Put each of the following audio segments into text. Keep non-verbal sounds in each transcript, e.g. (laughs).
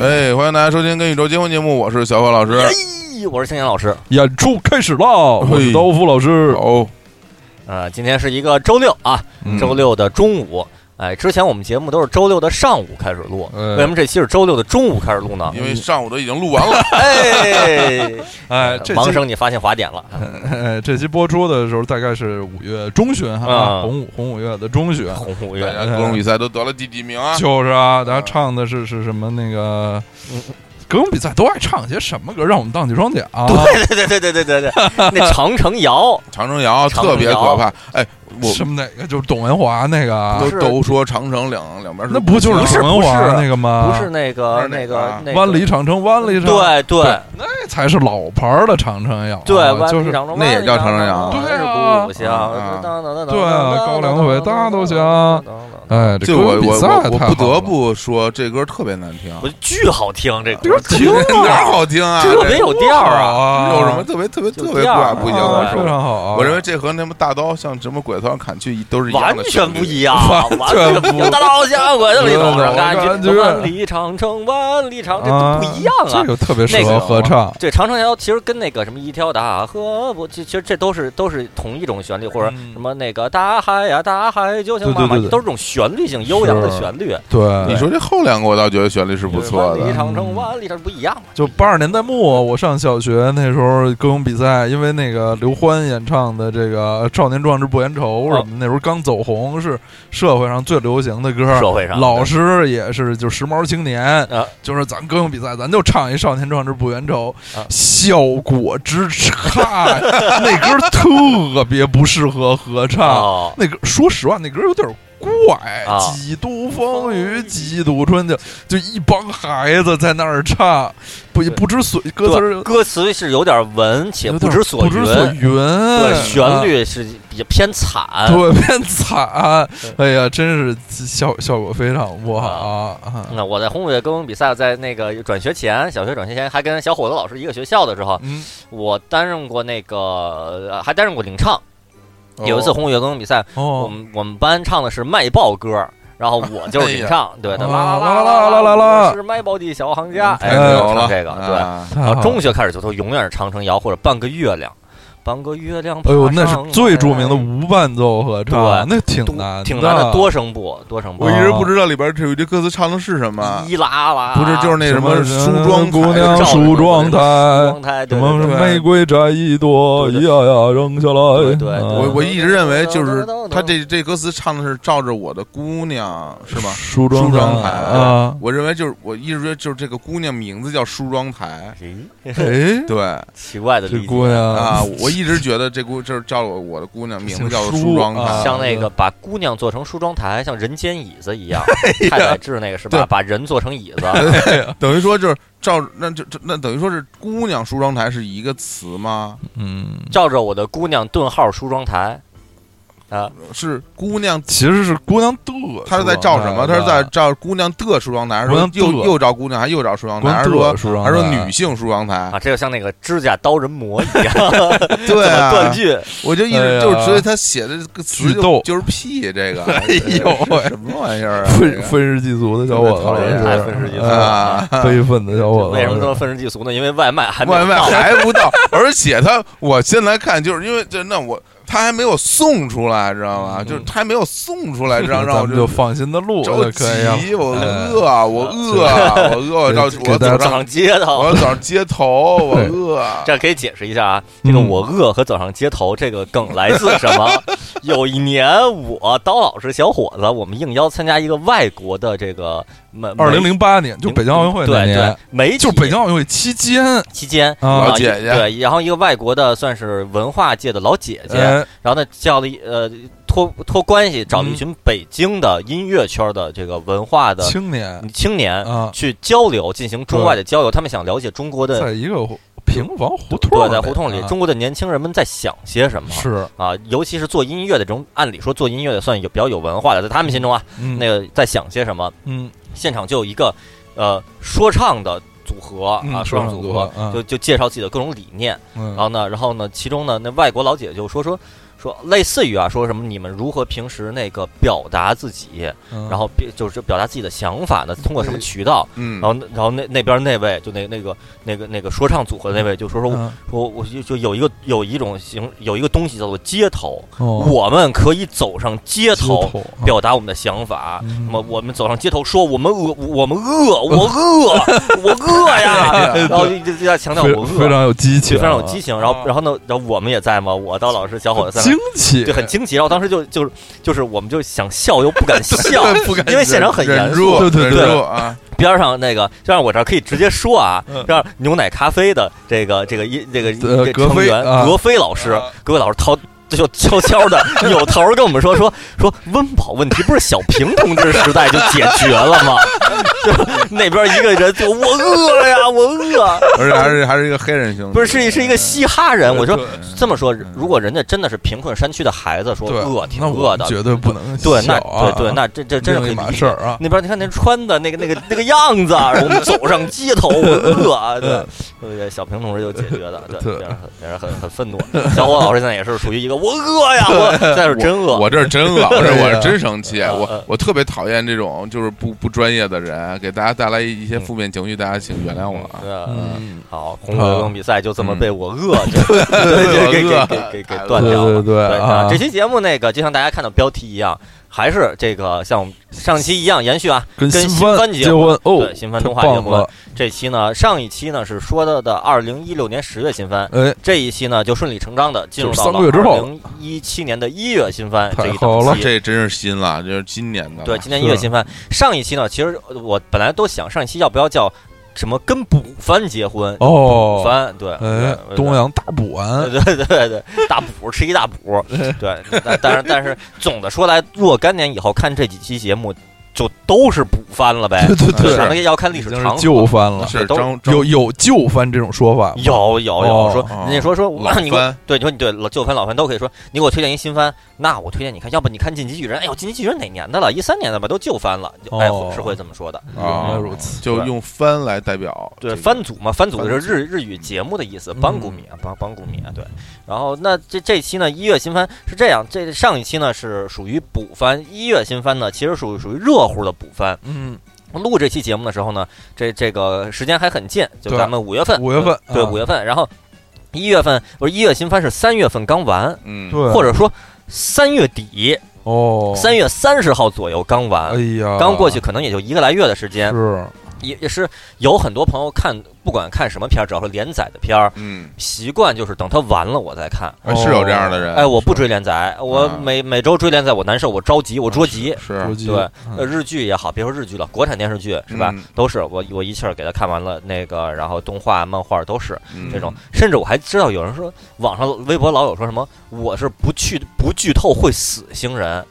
哎迎大家收听《跟宇宙结婚》节目，我是小伙老师。哎，我是青年老师。演出开始了，我嘿是刀夫老师。哦，呃，今天是一个周六啊，嗯周六的中午。哎，之前我们节目都是周六的上午开始录，嗯为什么这期是周六的中午开始录呢？因为上午都已经录完了，哎，哎，这王期生，你发现华点了，哎这期播出的时候大概是五月中旬哈，啊红五红五月的中旬，红五大月家歌咏比赛都得了第几名啊？就是啊，大家唱的是是什么那个嗯。歌咏比赛都爱唱些什么歌？让我们荡起双桨、啊对对对对对对对，那长城谣，长城谣长城谣特别可怕，哎，我 (laughs) 什么哪个？就是董文华那个啊，都是都说长城两两边是那不就是不是董文不是华那个吗？不是那个那是哪个那个啊那个湾里长城，湾里长城，对对那才是老牌儿的长城谣啊。对，湾就里是长城，那也叫长城谣那是对啊鼓舞啊响，对啊高粱腿大豆香哎，这这歌我咏比我赛我我太不好得了不说，这歌特别难听，我巨好听这这歌歌，听哪儿啊，好听啊？特别这有调儿啊。啊，有什么特别特别就特别调儿怪啊不一样啊的是非说？常好啊。我认为这和那么大刀像什么拐杖砍去都是一样完的旋律，全不一样，完全全不不一样。大刀向我这里头上感对对觉，对万里长城，万里长城，啊这都不一样啊这。就特别适合合唱，对，长城谣其实跟那个什么一条大河，不，其其实这都是都是同一种旋律，或者嗯什么那个大海呀，大海就像妈妈对对对对，都是这种旋律性悠扬的旋律。对你，说这后两个，我倒觉得旋律是不错万里的。长城，万里长城不一样嘛。就八十年代末，我上小学那时候歌咏比赛，因为那个刘欢演唱的这个《少年壮志不言哦愁》什么的，那时候刚走红，是社会上最流行的歌。社会上嗯老师也是，就时髦青年啊，就是咱歌咏比赛，咱就唱一《少年壮志不言愁啊》，效果之差， (laughs) 那歌特别不适合合唱。哦，那歌说实话，那歌有点怪，啊几度风雨几度春就就一帮孩子在那儿唱，不对不知所歌词对，儿歌词是有点文且有不点知所不知所云，云，嗯对，对旋。律是比较偏惨。啊对，变惨，对哎呀，真是效效果非常不好啊！那我在红五月歌咏比赛，在那个转学前，小学转学前，还跟小伙子老师一个学校的时候，嗯，我担任过那个，呃还担任过领唱。有一次哦红五月歌咏比赛，我哦，们我们班唱的是卖报歌，然后我 (laughs) 就是领唱，对的，哦啦啦啦啦啦啦啦啦嗯我是卖报的小行家，哎，太牛就了，唱这个，对。啊太然后好了中学开始就都永远是长城谣或者半个月亮，半个月亮爬哎上呦，来。那是最著名的啊无伴奏合唱，那挺多难，挺难的，多声部，多声部啊我一，直哦不知道里边这这歌词唱的是什么，一啦啦，不是就是那什么梳妆姑台照娘着梳梳妆妆台，状态，什对对么对玫瑰摘一朵，呀对对呀扔下来。对对对我啊我一直认为就是他这这歌词唱的是照着我的姑娘是吗？梳梳妆妆台台 (laughs) 啊，我认为就是我一直觉得就是这个姑娘名字叫梳妆 (laughs) 台，哎哎，对奇怪的这理姑解，娘啊，我一直觉得这姑就是照着我的姑娘名字叫做姓梳妆舒啊台，像那个把姑娘做成梳妆台，像人间椅子一 (laughs) 样，哎太宰治那个是对吧？把人做成椅子，等于说就是照着那就就那等于说是姑娘梳妆台是一个词吗？嗯，照着我的姑娘顿号梳妆台，是姑娘其实是姑娘的，啊他是在照什么？他是在照姑娘的梳妆台，还是姑说娘的又又照姑娘，还又照梳妆姑台，娘还是的说梳妆啊还台，是说女性梳妆台？啊，这就像那个指甲刀人魔一样， (laughs) 怎对么断啊，句？我就一哎直呀就是，所以他写的这个词举就动就是屁，这个哎呦喂什么玩意儿啊？这愤个愤世嫉俗的小伙子讨了，厌是太愤世嫉俗哎了啊，悲愤的小伙子，为什么说愤世嫉俗呢？因为外卖还没外有卖到，还不到，而且他我现在看就是因为这那我他还没有送出来，知道吗？嗯就是他还没有送出来，让让咱我们就就放心的录着就可以了。急，我哎饿，我饿，我饿，我到给我大家早早上上街我头。要走上街头，我饿。这可以解释一下啊，这个嗯我饿和走上街头这个梗来自什 (laughs) 么？有一年我刀老师小伙子，我们应邀参加一个外国的这个美二零零八年就北京奥运会那对对年，媒体就北京奥运会期间，期间啊老姐姐对，然后一个外国的算是文化界的老姐姐，哎，然后呢叫了一呃托托关系找了嗯一群北京的音乐圈的这个文化的嗯青年青年啊，去交流，进行中外的交流，他们想了解中国的在一个平房胡同对儿里，在胡同里啊中国的年轻人们在想些什么。是啊，尤其是做音乐的这种，按理说做音乐的算有比较有文化的，在他们心中啊，嗯那个在想些什么？嗯现场就有一个呃说唱的组合啊，嗯说说唱唱组组合合嗯就就介绍自己的各种理念。然嗯后呢，然后呢，其中呢，那外国老姐就说说说类似于啊，说什么你们如何平时那个表达自己，嗯然后别就是表达自己的想法呢？通过什么渠道？嗯，然后那，然后那那边那位就那那个那个那个说唱组合那位就说说嗯说我就就有一个有一种形有一个东西叫做街头，哦我们可以走上街头头表达我们的想法。嗯那么我们走上街头说我们饿，我们饿，我饿，我饿呀！然后就就就要强调非我非饿，常有激就情，非常有激情。啊然后然后呢，然后我们也在嘛，我当老师，小伙子在啊惊嘛，奇就，很惊奇。然后当时就就是就是我们就想笑又不敢笑，不敢因为现场很忍严住，肃。对对忍对住啊，边上那个，就让我这儿可以直接说啊嗯，让牛奶咖啡的这个这个一这个一呃这格成菲员啊格菲老师啊，格菲老师掏。就悄悄 (laughs) 的扭头跟我们说说说温饱问题不是小平同志时代就解决了吗？ (laughs) 就那边一个人就我饿了呀，我饿， (laughs) 而且还是还是一个黑人兄弟，不是是一是一个嘻哈人。我说对这么说，如果人家真的是贫困山区的孩子，说对饿挺那我饿的，绝对不能对那笑啊对对那这这真是可另一以码理解事儿啊。那边你看那穿的那个那个那个样子，啊，我们走上街头，我饿啊！对，对对，小平同志就解决的，对，嗯对让人很让人很很愤怒。小伙老师现在也是属于一个我饿呀， (laughs) 我现在是真饿，我这是真饿，我这我是真生气，对啊我嗯我特别讨厌这种就是不不专业的人，给大家带来一嗯些负面情绪，大家请原谅我啊。对嗯，好，红火灯比赛就这么被我饿， (laughs) 对我对，给饿给给给给对断掉对了。对对啊，这期节目那个就像大家看到标题一样，还是这个像我们上期一样延续啊，跟新新番结婚婚哦，对新番太动画棒结婚了，这期呢，上一期呢是说到的二零一六年十月新番，哎，这一期呢就顺理成章的进入到就是了三个月之后零一七年的一月新番这太一好档了期。这真是新了，就是今年的了。对，今年一月新番，上一期呢，其实我本来都想上一期要不要叫什么跟补番结婚补哦，番对，哎对，东。阳大补丸，对对对对对， (laughs) 大补吃一大 (laughs) 补，对，但但是但是总的说来，若干年以后看这几期节目，就都是补番了呗。对 (laughs) 对是对，咱对，们要看历已史经长是河旧。番了，是都张张有有旧番这种说法吗，有有有哦说，哦人家说说，老你给我番对，你说你对老旧番老番都可以说，你给我推荐一新番，那我推荐你看，要不你看《进击巨人》，哎呦，《进击巨人》哪年的了？一三年的吧，都旧番了，就哎哦是会这么说的。原啊来如此，就对用番来代表这对，个，番组嘛，番组番是组日日语节目的意思，邦古米嗯啊，邦邦古米啊，对。然后那这这期呢，一月新番是这样，这上一期呢是属于补番，一月新番呢其实属于属于热乎的补番。嗯，录这期节目的时候呢，这这个时间还很近，就对咱们五月份，五月份对啊五月份，然后一月份不是一月新番是三月份刚完，嗯，对，或者说三月底，哦，三月三十号左右刚哎完，呀，刚过去可能也就一个来月的时间，是也也是有很多朋友看，不管看什么片儿，只要是连载的片儿，嗯，习惯就是等它完了我再看。哎是有这样的人，哎，我不追连载，我啊每每周追连载我难受，我着急，我着急。是国际对哦嗯呃，日剧也好，别说日剧了，国产电视剧是吧嗯？都是我我一气儿给它看完了，那个然后动画、漫画都是。嗯这种，甚至我还知道有人说，网上微博老有说什么我是不去不剧透会死星人，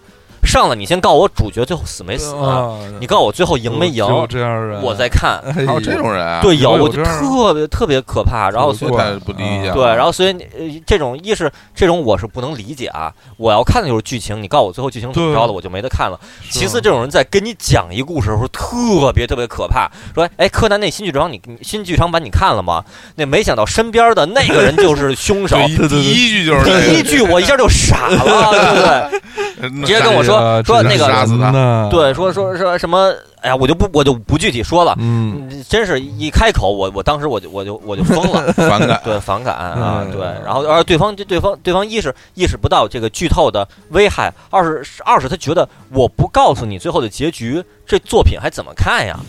上来你先告我主角最后死没死，啊，你告我最后赢没赢有，有这样的人，我再哦看。哎还有呦这种人啊，对，有有我有就这样的特别特别可怕，然后有所以有太不理解了。对，然后所以你呃这种一是这种我是不能理解啊，我要看的就是剧情，你告诉我最后剧情怎么对着了，我就没得看了。是其次，这种人在跟你讲一故事的时候，特别特别可怕。说，哎，柯南那新剧场你你新剧场版你看了吗？那没想到身边的那个人就是凶手就。一 (laughs) (laughs) 对对对第一句就是这第个一句我一下就傻了，对直不对？直接跟我哎呀说说真那是个杀死他人呐对，，说说说什么？哎呀，我就不我就不具体说了。嗯，嗯真是一开口，我我当时我就我就我就疯了，反感，对反感啊，嗯对，然后而对方对方对方一是意识不到这个剧透的危害，二是二是他觉得我不告诉你最后的结局，这作品还怎么看呀？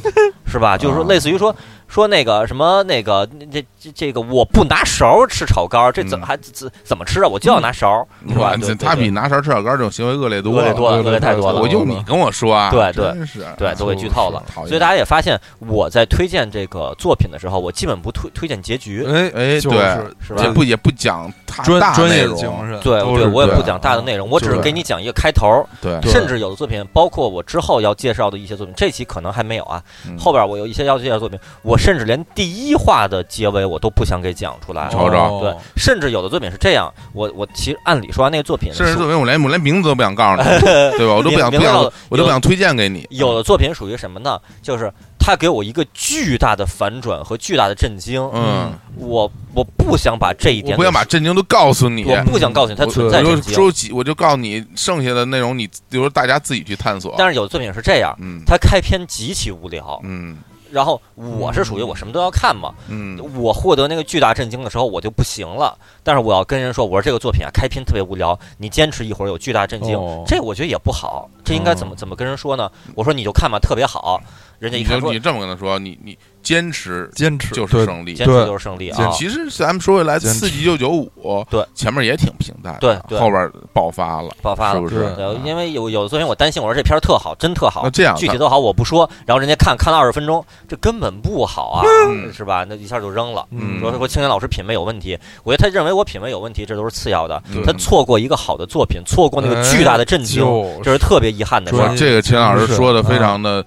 是吧？就是说类似于说说那个什么那个这这这个我不拿勺吃炒肝儿，这怎嗯么还怎怎么吃啊？我就要拿勺， (laughs) 是吧？哇对对他比对拿勺吃小杆儿这种行为恶劣多恶了，劣多了，对恶劣太多了。嗯我用你跟我说啊，对对真是对，都给剧透了哦是讨。厌所以大家也发现，我在推荐这个作品的时候，我基本不推推荐结局，哎哎就对是是也吧？不也不讲他专大专内业容精神，对，都对是我也对啊不讲大的内容，我只是对给你讲一个开头，对，对甚至有的作品，包括我之后要介绍的一些作品，这期可能还没有啊。嗯后边我有一些要介绍的作品，我甚至连第一话的结尾我都不想给讲出来。瞅瞅哦对，甚至有的作品是这样，我我其实按理说啊那个作品甚至属作为我连我连名字都不 (laughs) 想告诉你，对吧？我都不想不明明白想了，我都不想推荐给你。有的作品属于什么呢？就是他给我一个巨大的反转和巨大的震惊。嗯，我我不想把这一点，我不想把震惊都告诉你。我不想告诉你它我存在我震就惊。说几，我就告诉你剩下的内容，你就是大家自己去探索。但是有的作品是这样，嗯它开篇极其无聊，嗯然后我是属于我什么都要看嘛，嗯我获得那个巨大震惊的时候，我就不行了。但是我要跟人说，我说这个作品啊，开篇特别无聊，你坚持一会儿有巨大震惊，哦这我觉得也不好。这应该怎么哦怎么跟人说呢？我说你就看吧，特别好。人家一你看就说你这么跟他说，你你坚持坚持就是对胜利。坚持对就是胜利坚啊持！其实咱们说回来，坚持四级就九五，对，前面也挺平淡的，啊对对后边爆发了，爆发是了。不是对？对，因为有有的作品我担心，我说这片儿特好，真特好那，这样，具体多好我不说，然后人家看看了二十分钟，这根本不好啊，嗯是吧？那一下就扔了。嗯说说青年老师品味有问题，我觉得他认为我品味有问题，这都是次要的。嗯哎他错过一个好的作品，错过那个巨大的震惊，嗯就这是特别遗憾的事专哇，儿业。这个秦老师是说的非啊常的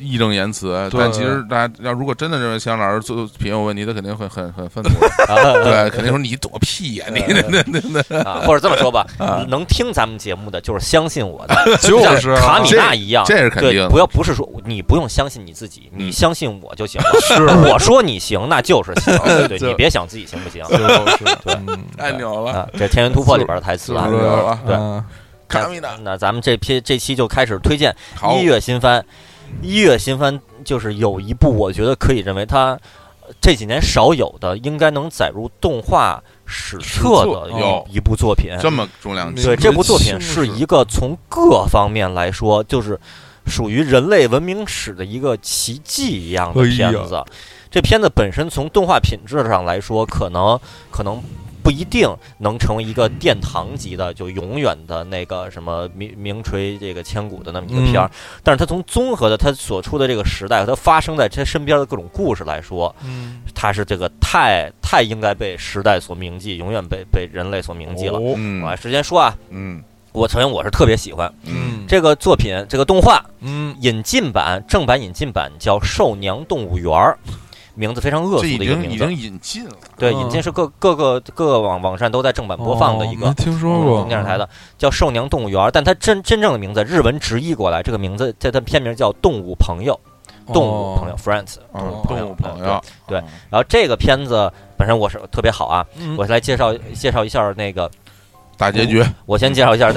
义正言辞，对但其实大家要如果真的认为秦老师做品有问题，他肯定很很很愤怒 (laughs) 的， (laughs) 对，肯定说你躲屁呀，你那那那那啊，或者这么 (laughs) 说吧，能听咱们节目的就是相信我的，就像是啊卡米这娜一样，啊这是肯定啊对，的不要不是说你不用相信你自己，你嗯相信我就行了。是 (laughs) 我说你行，那就是行，对就你别想自己行不行就是嗯太牛了，啊！这《天元突破》里边的台词就啊是。对了对嗯卡米娜，那咱们这批这期就开始推荐好一，月新番。一月新番就是有一部，我觉得可以认为它呃这几年少有的，应该能载入动画史册的史册哦一一部作品。这么重量级，对，这部作是品是一个从各方面来说，就是属于人类文明史的一个奇迹一样的哎呀片子。这片子本身从动画品质上来说，可能可能不一定能成为一个殿堂级的，就永远的那个什么名名垂这个千古的那么一个片儿。嗯但是它从综合的它所处的这个时代和它发生在它身边的各种故事来说，嗯，它是这个太太应该被时代所铭记，永远被被人类所铭记了。哦嗯我还时间说啊，嗯我承认我是特别喜欢嗯，这个作品，这个动画嗯，引进版正版引进版叫《兽娘动物园》儿，名字非常恶这俗已的一个经名已字经。引进了，对，嗯引进是各各个各个网网站都在正版播放的一哦个没听说中过嗯央电视台的，叫《兽娘动物园》儿，但它真真正的名字日文直译过来，这个名字它它片名叫《动物朋友》，哦动物朋友，Friends，动嗯物朋动友物，朋友，啊对对然后这个片子本身我是特别好啊，嗯我来介绍介绍一下那个，大哦结局，我先介绍一 (laughs) 下，我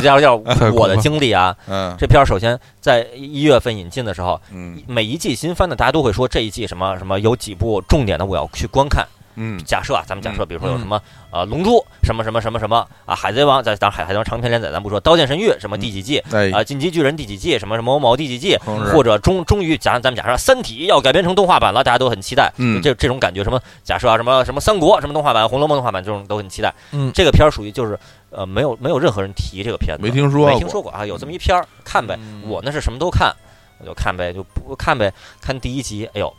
介绍一下太酷我的了经历啊。嗯这片儿首先在一月份引进的时候，嗯每一季新番呢，大家都会说这一季什么什么有几部重点的我要去观看。嗯假设啊，咱们假设，嗯比如说有什么呃《龙珠》什么什么什么什么啊，《海贼王》咱咱海海贼王长篇连载咱不说，《刀剑神域》什么第几季哎啊，，《进击巨人》第几季什么什么某某第几季，同志或者终终于假咱们假设《三体》要改编成动画版了，大家都很期待。嗯这这种感觉，什么假设啊，什么什么三国什么动画版，《红楼梦》动画版这种都很期待。嗯这个片儿属于就是呃没有没有任何人提这个片子，没听说没过，听说过啊，有这么一片儿，看呗。嗯我那是什么都看，我就看呗，就不看呗。看第一集，哎呦，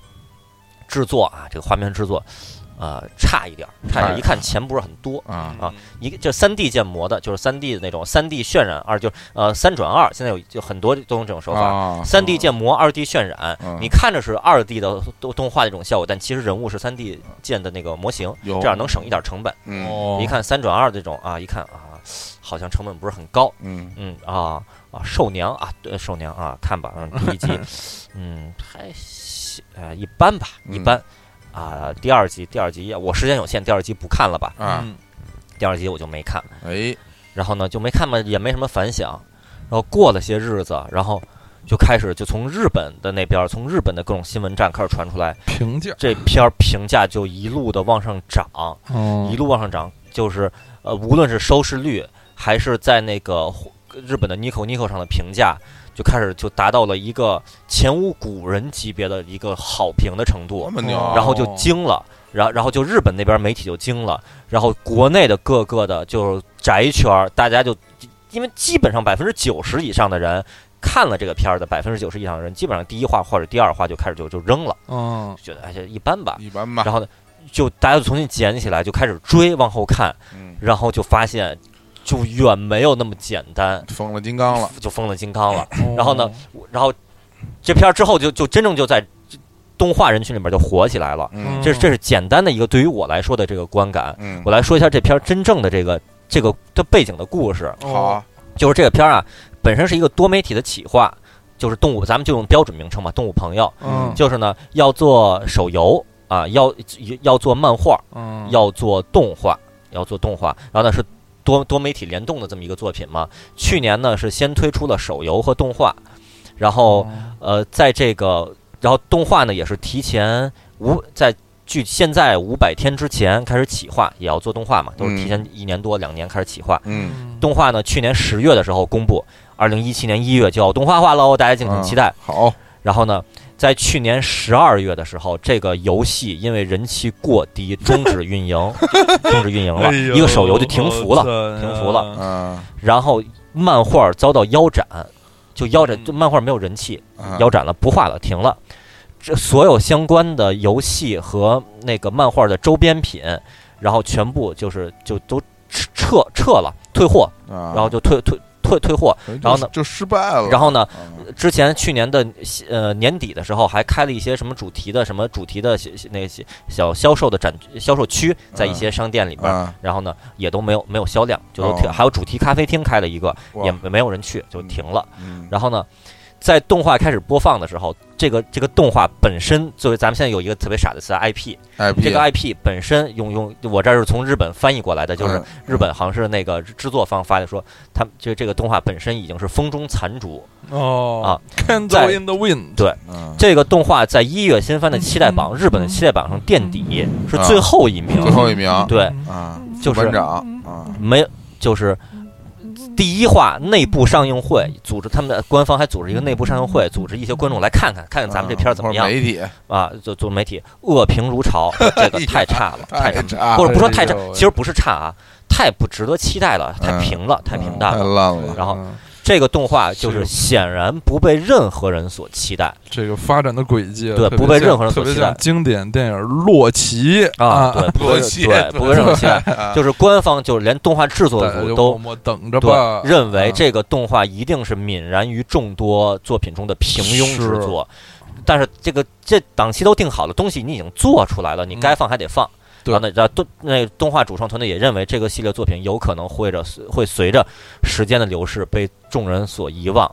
制作啊，这个画面制作，呃，差一点儿，差一点差儿，一看钱不是很多。啊，啊，一个就是三 D 建模的，就是三 D 的那种三 D 渲染二，就是呃三转二，现在有就很多都用这种手法。啊，三 D 建模，二 D 渲染，嗯你看着是二 D 的动动画那种效果，但其实人物是三 D 建的那个模型，有这样能省一点成本。嗯哦一看三转二这种啊，一看啊，好像成本不是很高，嗯嗯啊啊，寿娘啊，对，寿娘啊，看吧，嗯，第一集，嗯，还行，呃，一般吧，一嗯般。啊，第二集，第二集我时间有限，第二集不看了吧，啊，嗯第二集我就没看，哎，然后呢就没看嘛，也没什么反响，然后过了些日子，然后就开始就从日本的那边，从日本的各种新闻站开始传出来，评价，这片儿评价就一路的往上涨，一一路往上涨，就是呃，无论是收视率还是在那个火日本的 Nico Nico 上的评价，就开始就达到了一个前无古人级别的一个好评的程这度，么牛，哦然后就惊了，然后然后就日本那边媒体就惊了，然后国内的各个的就是宅圈儿，大家就因为基本上百分之九十以上的人。看了这个片儿的百分之九十以上的人，基本上第一话或者第二话就开始就就扔了，嗯就觉得哎这一般吧。一般吧，然后呢，就大家就重新捡起来，就开始追，往后看，嗯，然后就发现，就远没有那么简单，疯了金刚了，就封了金刚了。嗯然后呢，我然后这片儿之后就就真正就在动画人群里边就火起来了。嗯这是这是简单的一个对于我来说的这个观感。嗯，我来说一下这片儿真正的这个这个这背景的故事，哦好啊，就是这个片儿啊，本身是一个多媒体的企划。就是动物，咱们就用标准名称吧，动物朋友，嗯就是呢要做手游啊，要要做漫画，嗯，要做动画，要做动画，然后呢是多多媒体联动的这么一个作品嘛。去年呢是先推出了手游和动画，然嗯后呃在这个然后动画呢也是提前五在距现在五百天之前开始企划，也要做动画嘛，都是提前一年多两年开始企划。嗯动画呢去年十月的时候公布，二零一七年一月就要动画化喽，大家敬请期待。好，然后呢，在去年十二月的时候，这个游戏因为人气过低，终止运 (laughs) 营，终止运营了，哎呦一个手游就停服了。了停服了嗯，然后漫画遭到腰斩，就腰斩，嗯就漫画没有人气，啊腰斩了，不画了，停了。这所有相关的游戏和那个漫画的周边品，然后全部就是就都撤撤撤了，退货，啊，哎然后就退退退退货。然后呢就失败了，然后呢，嗯之前去年的呃年底的时候，还开了一些什么主题的什么主题的小小那个小小销售的展销售区，在一些商店里边儿，啊，然后呢也都没有没有销量，就都停。哦还有主题咖啡厅开了一个，哇也没有人去，就停了。嗯然后呢，在动画开始播放的时候，这个这个动画本身作为咱们现在有一个特别傻的词 IP， IP 这个 IP 本身用用我这儿是从日本翻译过来的，就是嗯日本好像是那个制作方发的说，他们这这个动画本身已经是风中残烛。哦啊，Candle 在 in the wind，嗯这个动画在一月新番的期待榜，日本的期待榜上垫底，嗯是最后一名。最后一名对，啊，就是嗯班长啊，没就是第一话内部上映会，组织他们的官方还组织一个内部上映会，组织一些观众来看看，看看咱们这片儿怎么或样者媒体啊？就做媒体恶评如 (laughs) 潮，这个太差了，太差，差或者不说太差哎呦，喂其实不是差啊，太不值得期待了，太嗯平了，太平淡太了。烂了，然后嗯这个动画就是是显然不被任何人所期待这个发展的轨迹啊，对特别不被像任何人特所别期待像经典电影《洛奇》啊，对，不多被谢对不被任何期待。啊 (laughs) 就是官方就是连动画制作大家组就都默默等着吧对，认为啊这个动画一定是泯然于众多作品中的平庸之作。但是这个这档期都定好了，东西你已经做出来了，你该放还得放。对然后呢，然后动那动画主创团队也认为这个系列作品有可能会着会随着时间的流逝被众人所遗忘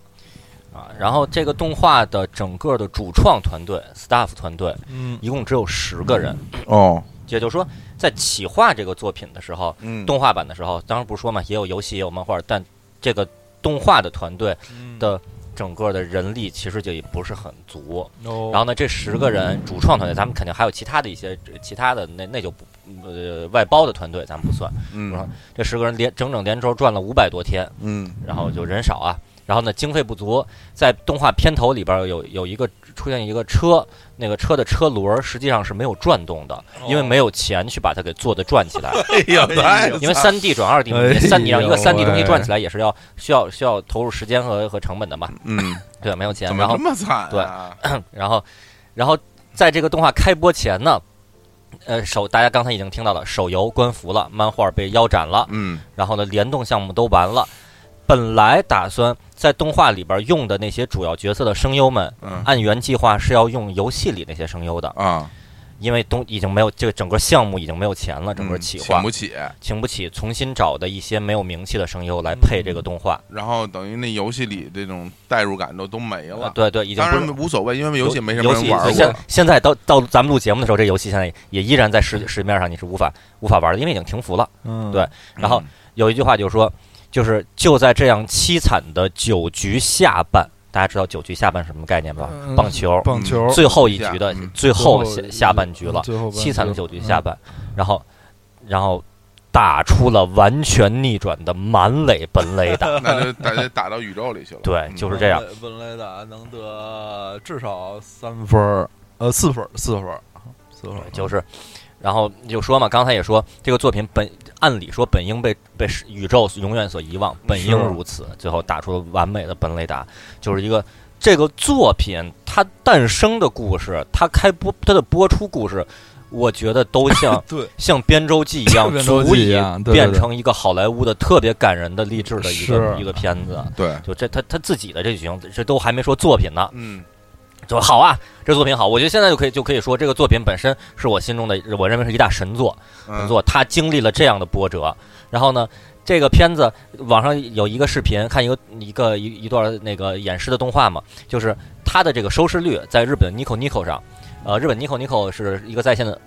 啊。然后这个动画的整个的主创团队 staff 团队嗯，一共只有十个人，哦，也就是说在企划这个作品的时候，嗯，动画版的时候，当时不是说嘛，也有游戏，也有漫画，但这个动画的团队嗯的整个的人力其实就也不是很足。哦，然后呢，这十个人主创团队，咱们肯定还有其他的一些其他的那那就不呃外包的团队，咱们不算。嗯这十个人连整整连轴转了五百多天，嗯然后就人少啊。然后呢，经费不足，在动画片头里边有有一个出现一个车，那个车的车轮儿实际上是没有转动的，因为没有钱去把它给做的转起来。哎呦，太 (laughs) 因为三 D 转二 D，哎呦三你让一个三 D 东西喂转起来也哎是要需要需要投入时间和和成本的嘛，嗯，对，没有钱怎。么然后这么惨？啊对，然后然后在这个动画开播前呢，呃，手大家刚才已经听到了，手游关服了，漫画被腰斩了，嗯然后呢，联动项目都完了。本来打算在动画里边用的那些主要角色的声优们，嗯按原计划是要用游戏里那些声优的，啊，因为东已经没有这个整个项目已经没有钱了，整个嗯企请划不起，请不起重新找的一些没有名气的声优来配这个嗯动画。然后等于那游戏里这种代入感都都没了。啊对对，已经当不是然无所谓，因为游戏没什么游人戏玩现过。现在到到咱们录节目的时候，这游戏现在也依然在市市面上你是无法无法玩的，因为已经停服了。嗯对然后有一句话就是说，就是就在这样凄惨的九局下半，大家知道九局下半是什么概念吧？嗯棒球棒球最后一局的嗯最最嗯后下下半局了，最后半凄惨的局嗯九局下半，然后然后打出了完全逆转的满垒本垒打，嗯那就大家打到宇宙里去了。 (laughs) 对嗯就是这样。本来打能得至少三分儿，呃，四分儿，四分儿，四分儿，就是，然后就说嘛，刚才也说这个作品本按理说本应被被宇宙永远所遗忘，本应如此，最后打出了完美的本垒打，就是一个这个作品它诞生的故事，它开播它的播出故事。我觉得都 (laughs) 嗯像对像编舟记一样，编舟足记一以样对对变对成一个好莱坞的特别感人的励志的一个是一个片子。对，就这他他自己的这行，这都还没说作品呢，嗯就好啊，这作品好，我觉得现在就可以就可以说，这个作品本身是我心中的，我认为是一大神作。神嗯，作，它经历了这样的波折，然后呢，这个片子网上有一个视频，看一个一个一一段那个演示的动画嘛，就是它的这个收视率在日本 Nico Nico 上，呃，日本 Nico Nico 是一个在线的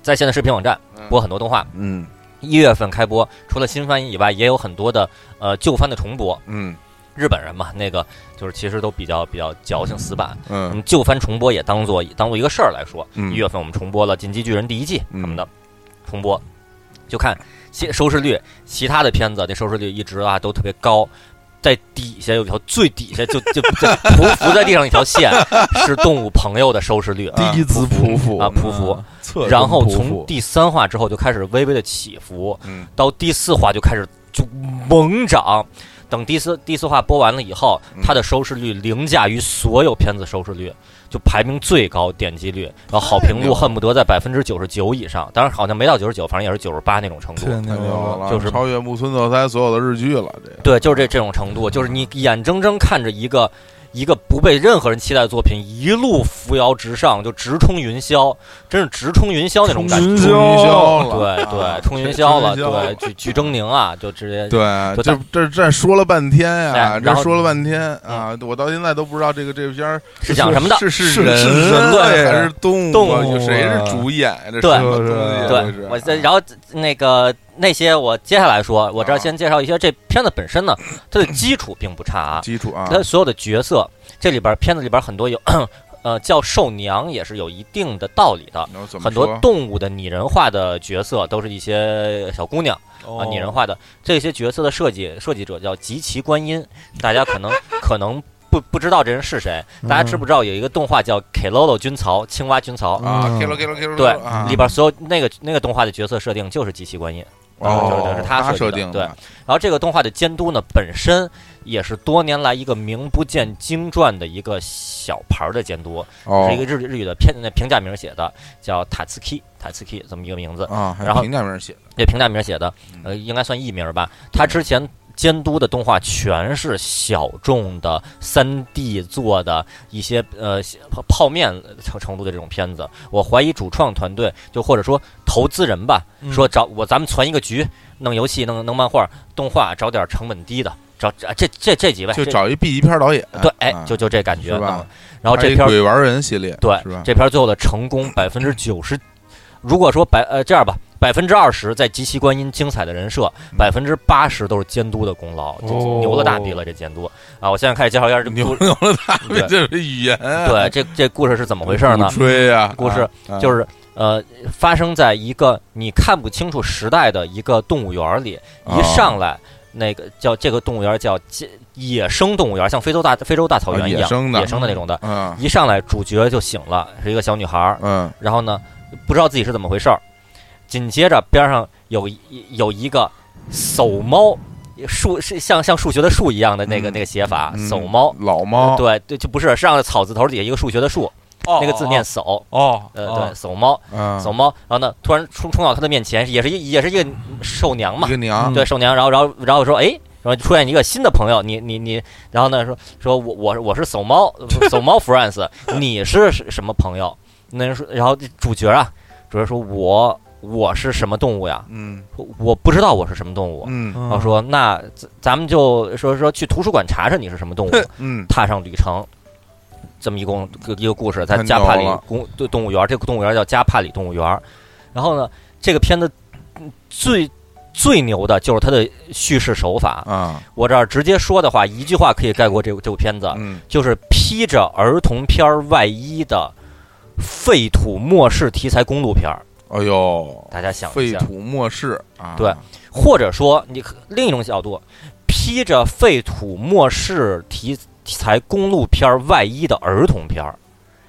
在线的视频网站，播很多动画。嗯一月份开播，除了新番以外，也有很多的呃旧番的重播。嗯日本人嘛，那个就是其实都比较比较矫情死板，我嗯们旧番重播也当做当做一个事儿来说。嗯一月份我们重播了《进击巨人》第一季嗯什么的，重播就看其收视率，其他的片子那收视率一直啊都特别高。在底下有一条最底下就 (laughs) 就就匍匐在地上一条 (laughs) 线是动物朋友的收视率，第一次匍匐啊匍匐嗯侧身然后匍从匐第三话之后就开始微微的起伏，嗯到第四话就开始就猛涨。等第四第四话播完了以后嗯，它的收视率凌驾于所有片子收视率，就排名最高点击率，然后好评牛度了恨不得在百分之九十九以上，当然好像没到九十九，反正也是九十八那种程度。太太牛牛了了，啊，就是超越木村拓哉所有的日剧了，这个对，就是这这种程度，就是你眼睁睁看着一个一个不被任何人期待的作品一路扶摇直上，就直冲云霄，真是直冲云霄那种感冲觉。云冲云霄霄了，对啊对，冲云霄了，冲云霄对，举举狰狞啊，就直接对，就这这这说了半天呀，哎这然后说了半天啊，我到现在都不知道这个这个片儿是讲什么的。 (laughs) 是是人是人类还是动动物啊？物有谁啊是主演呀？这对什么东西啊对这对是，我再然后那个那些我接下来说，我这啊儿先介绍一些这片子本身呢，它的基础并不差啊，基础啊，它所有的角色这里边儿片子里边儿很多有 (clears throat) 呃叫兽娘也是有一定的道理的。你要怎么很多说动物的拟人化的角色都是一些小姑娘啊，拟人化的这些角色的设计设计者叫吉崎观音，大家可能可能不不知道这人是谁，大家知不知道有一个动画叫《Kelolo 军曹》青蛙军曹，嗯啊嗯 k i l o k i l o k i l o 对啊里边所有那个那个动画的角色设定就是极其观音，哦，就是就是他他设设定定的对然后这个动画的监督呢，本身也是多年来一个名不见经传的一个小牌儿的监督，哦是一个日日语的片那评价名写的，叫塔茨基塔茨基这么一个名字，啊，还然后评价名写的，这评价名写的，嗯呃，应该算艺名吧。他之前监督的动画全是小众的三 D 做的一些呃泡泡面程程度的这种片子，我怀疑主创团队就或者说投资人吧，嗯说找我咱们攒一个局，弄游戏，弄弄漫画、动画，找点成本低的，找啊这这这几位就这找一 B 级片导演，对，哎啊，就就这感觉是吧弄然后还这有一片儿鬼玩人系列，对是吧？这片儿最后的成功百分之九十，如果说百呃这样吧，百分之二十在极其观音精彩的人设，嗯百分之八十都是监督的功劳，这哦牛了大逼了这监督啊！我现在开始介绍一下这牛 (laughs) 故牛了大对这是语言啊，对这这故事是怎么回事呢鼓？嗯吹呀，故事啊就是呃发生在一个你看不清楚时代的一个动物园儿里，哦一上来那个叫这个动物园儿叫野野生动物园儿，像非洲大非洲大草啊原一样野生的那种的。啊，一上来主角就醒了，是一个小女孩儿，嗯然后呢，不知道自己是怎么回事儿。紧接着边上有一有一个叟猫，数是像像数学的数一样的那个、嗯那个写法，嗯叟啊猫。老猫，对对，就不是上草字头底下一个数学的数，哦那个字念叟。哦，呃，哦对，，叟猫，嗯，叟猫。然后呢，突然冲冲到他的面前，也是一也是一个兽娘嘛一，个娘嗯，对，兽娘。然后然后然后说，哎，然后出现一个新的朋友，你你你，然后呢说说我我我是叟猫叟猫 friends，你是什么朋友？那人说，然后主角啊，主角说我我是什么动物呀？嗯说我不知道我是什么动物。 (laughs) 嗯然后说那咱咱们就说说去图书馆查查你是什么动物，嗯，踏上旅程。这么一共一个故事，在太加帕里牛了公对动物园，这个动物园叫加帕里动物园。然后呢，这个片子嗯最最牛的就是它的叙事手法。啊，我这儿直接说的话，一句话可以概括这部这部片子，嗯就是披着儿童片儿外衣的废土末世题材公路片儿。哎呦，大家想一废下，土末世啊，对或者说你可另一种角度，披着废土末世题题材公路片儿外衣的儿童片儿，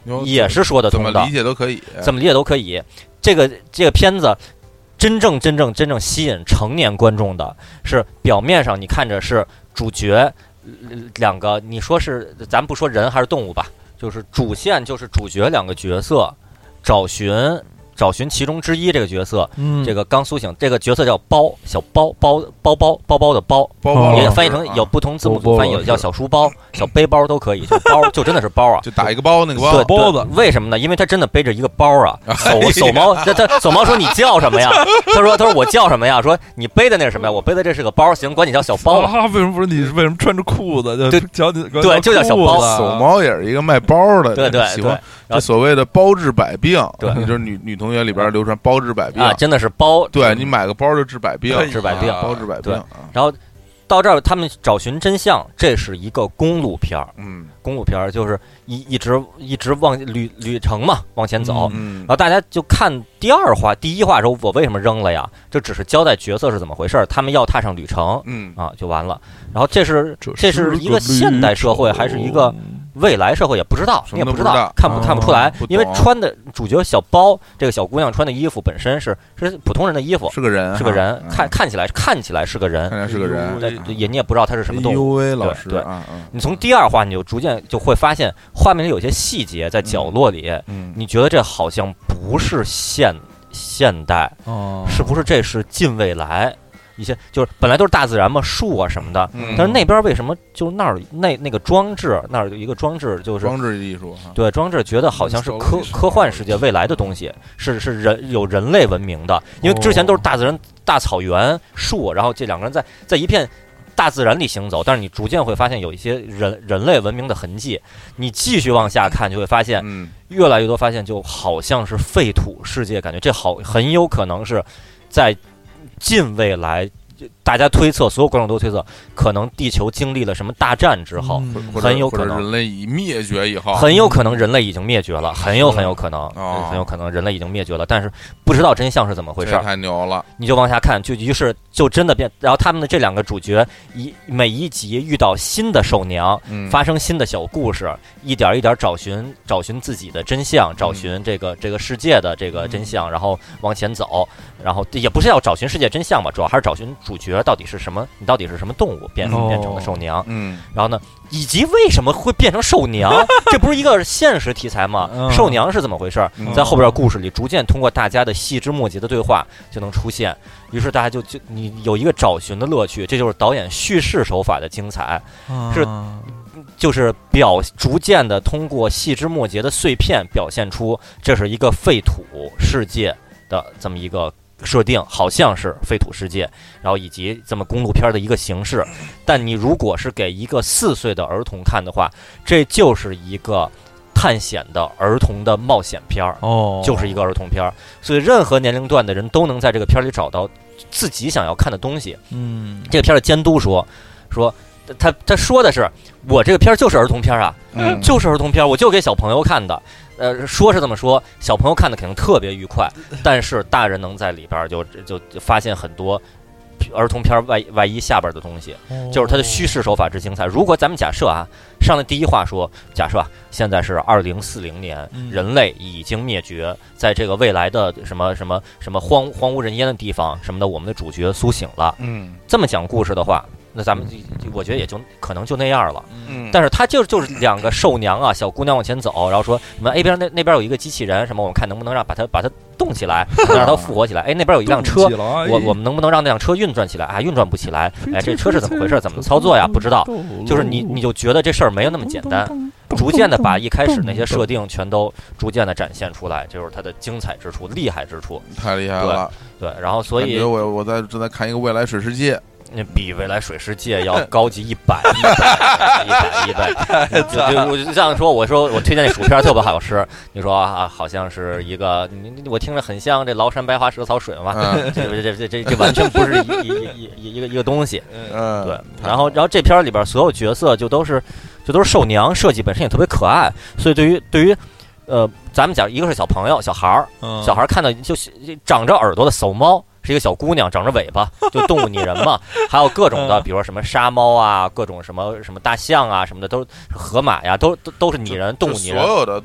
哟，也是说得怎通么的理，解都可以，怎么理解都可以。这个这个片子真正真正真正吸引成年观众的是表面上你看着是主角呃两个，你说是咱不说人还是动物吧，就是主线就是主角两个角色找寻找寻其中之一这个角色，嗯，这个刚苏醒，这个角色叫包小包包包包包包的包，包哦包也老师翻译成啊有不同字母包组包翻译，有老叫师小书包、小背包都可以，就包就真的是包啊。就打一个包 (laughs) 那个包对，包对子哎为什么呢？因为他真的背着一个包啊。 (laughs) 手手毛，他他手毛说你叫什么呀？他说他说我叫什么呀？说你背的那是什么呀？我背的这是个包，行，管你叫小包吧。啊，为什么不是你？为什么穿着裤子？就对脚底对就叫小包裤子啊手毛也是一个卖包的，对对喜对欢这所谓的包治百病，对就是女女同学里边流传包治百病啊，，真的是包。对你买个包就治百病可，以治百病啊包治百病对啊，然后到这儿，他们找寻真相，这是一个公路片儿。嗯公路片儿就是一一直一直往旅旅程嘛往前走。嗯嗯然后大家就看第二话、第一话的时候，我为什么扔了呀？这只是交代角色是怎么回事儿，他们要踏上旅程嗯，啊，就完了。然后这是这是是一个现代社会，还是一个未来社会也不知道，啊什你么也都不不知道看不看不出来哦不，因为懂穿的主角小包这个小姑娘穿的衣服本身是是普通人的衣服，是个人哈，是个人，嗯看看起来看起来是个人看，来是个人，但也你也不知道她是什么动 u 物。v 老对师对啊，嗯你从第二话你就逐渐就会发现画面里有些细节在角落里，嗯，你觉得这好像不是现现代，哦，是不是这是近未来？一些就是本来都是大自然嘛，树啊什么的，嗯但是那边为什么就那儿那那个装置那儿有一个装置就是装置艺术哈，对装置觉得好像是科科幻世界未来的东西，是是人有人类文明的，因为之前都是大自然、大草原、树，然后这两个人在在一片大自然里行走，但是你逐渐会发现有一些人人类文明的痕迹。你继续往下看，就会发现嗯越来越多发现，就好像是废土世界，感觉这好很有可能是在近未来。大家推测，所有观众都推测，可能地球经历了什么大战之后，嗯或或者很有或者可能人类已灭绝以后，很有可能人类已经灭绝了，很有很有可能，哦很有可能人类已经灭绝了，但是不知道真相是怎么回事这儿，太牛了，你就往下看，就于是就真的变，然后他们的这两个主角一每一集遇到新的兽娘，嗯，发生新的小故事，一点一点找寻找寻自己的真相，找寻这个这个世界的这个真相，然后往前走，然后也不是要找寻世界真相吧，主要还是找寻主角到底是什么，你到底是什么动物变哦变成了兽娘，嗯然后呢，以及为什么会变成兽娘，这不是一个现实题材吗？嗯兽娘是怎么回事儿？嗯在后边故事里，逐渐通过大家的细枝末节的对话就能出现。于是大家就就你有一个找寻的乐趣，这就是导演叙事手法的精彩，啊是就是表逐渐的通过细枝末节的碎片表现出这是一个废土世界的这么一个设定，好像是废土世界，然后以及这么公路片儿的一个形式。但你如果是给一个四岁的儿童看的话，这就是一个探险的儿童的冒险片儿。哦，就是一个儿童片儿，所以任何年龄段的人都能在这个片儿里找到自己想要看的东西。嗯，这个片儿的监督说说。他他说的是，我这个片儿就是儿童片儿啊，嗯就是儿童片儿，我就给小朋友看的。呃，说是这么说，小朋友看的肯定特别愉快，但是大人能在里边儿就就就发现很多儿童片儿外外衣下边儿的东西。哦就是它的叙事手法之精彩。如果咱们假设啊，上的第一话说，假设啊，现在是二零四零年嗯，人类已经灭绝，在这个未来的什么什么什么荒荒无人烟的地方什么的，我们的主角苏醒了。嗯这么讲故事的话，那咱们就就我觉得也就可能就那样了。嗯，但是他就就是两个兽娘啊，小姑娘往前走，然后说什么 A 边那那边有一个机器人，什么我们看能不能让把它把它动起 (laughs) 来，能让它复活起来。哎，那边有一辆车，哎我我们能不能让那辆车运转起来啊？运转不起来，哎，这车是怎么 (laughs) 回事？怎么操作呀？不知道。啊就是你，你就觉得这事儿没有那么简单，逐渐的把一开始那些设定全都逐渐的展现出来，这就是它的精彩之处、厉害之处。太厉害了，对，然后所感以觉我我在正在看一个未来水世界，那比未来水世界要高级一百、一百、一百、(laughs) 一百。就就我就这样说，我说我推荐那薯片特别好吃，你说啊，好像是一个，你你我听着很像这崂山白花蛇草水嘛，嗯 (laughs) 这这这这这完全不是一一一一一个一个东西。嗯，对，太然后然后这片儿里边儿所有角色就都是就都是兽娘，设计本身也特别可爱，所以对于对于呃，咱们讲一个是小朋友小孩儿，嗯小孩儿看到就是长着耳朵的手猫。是一个小姑娘，长着尾巴，就动物拟人嘛。还有各种的，比如说什么沙猫啊，各种什么什么大象啊，什么的，都河马呀，都都都是拟人，动物就拟所人，有的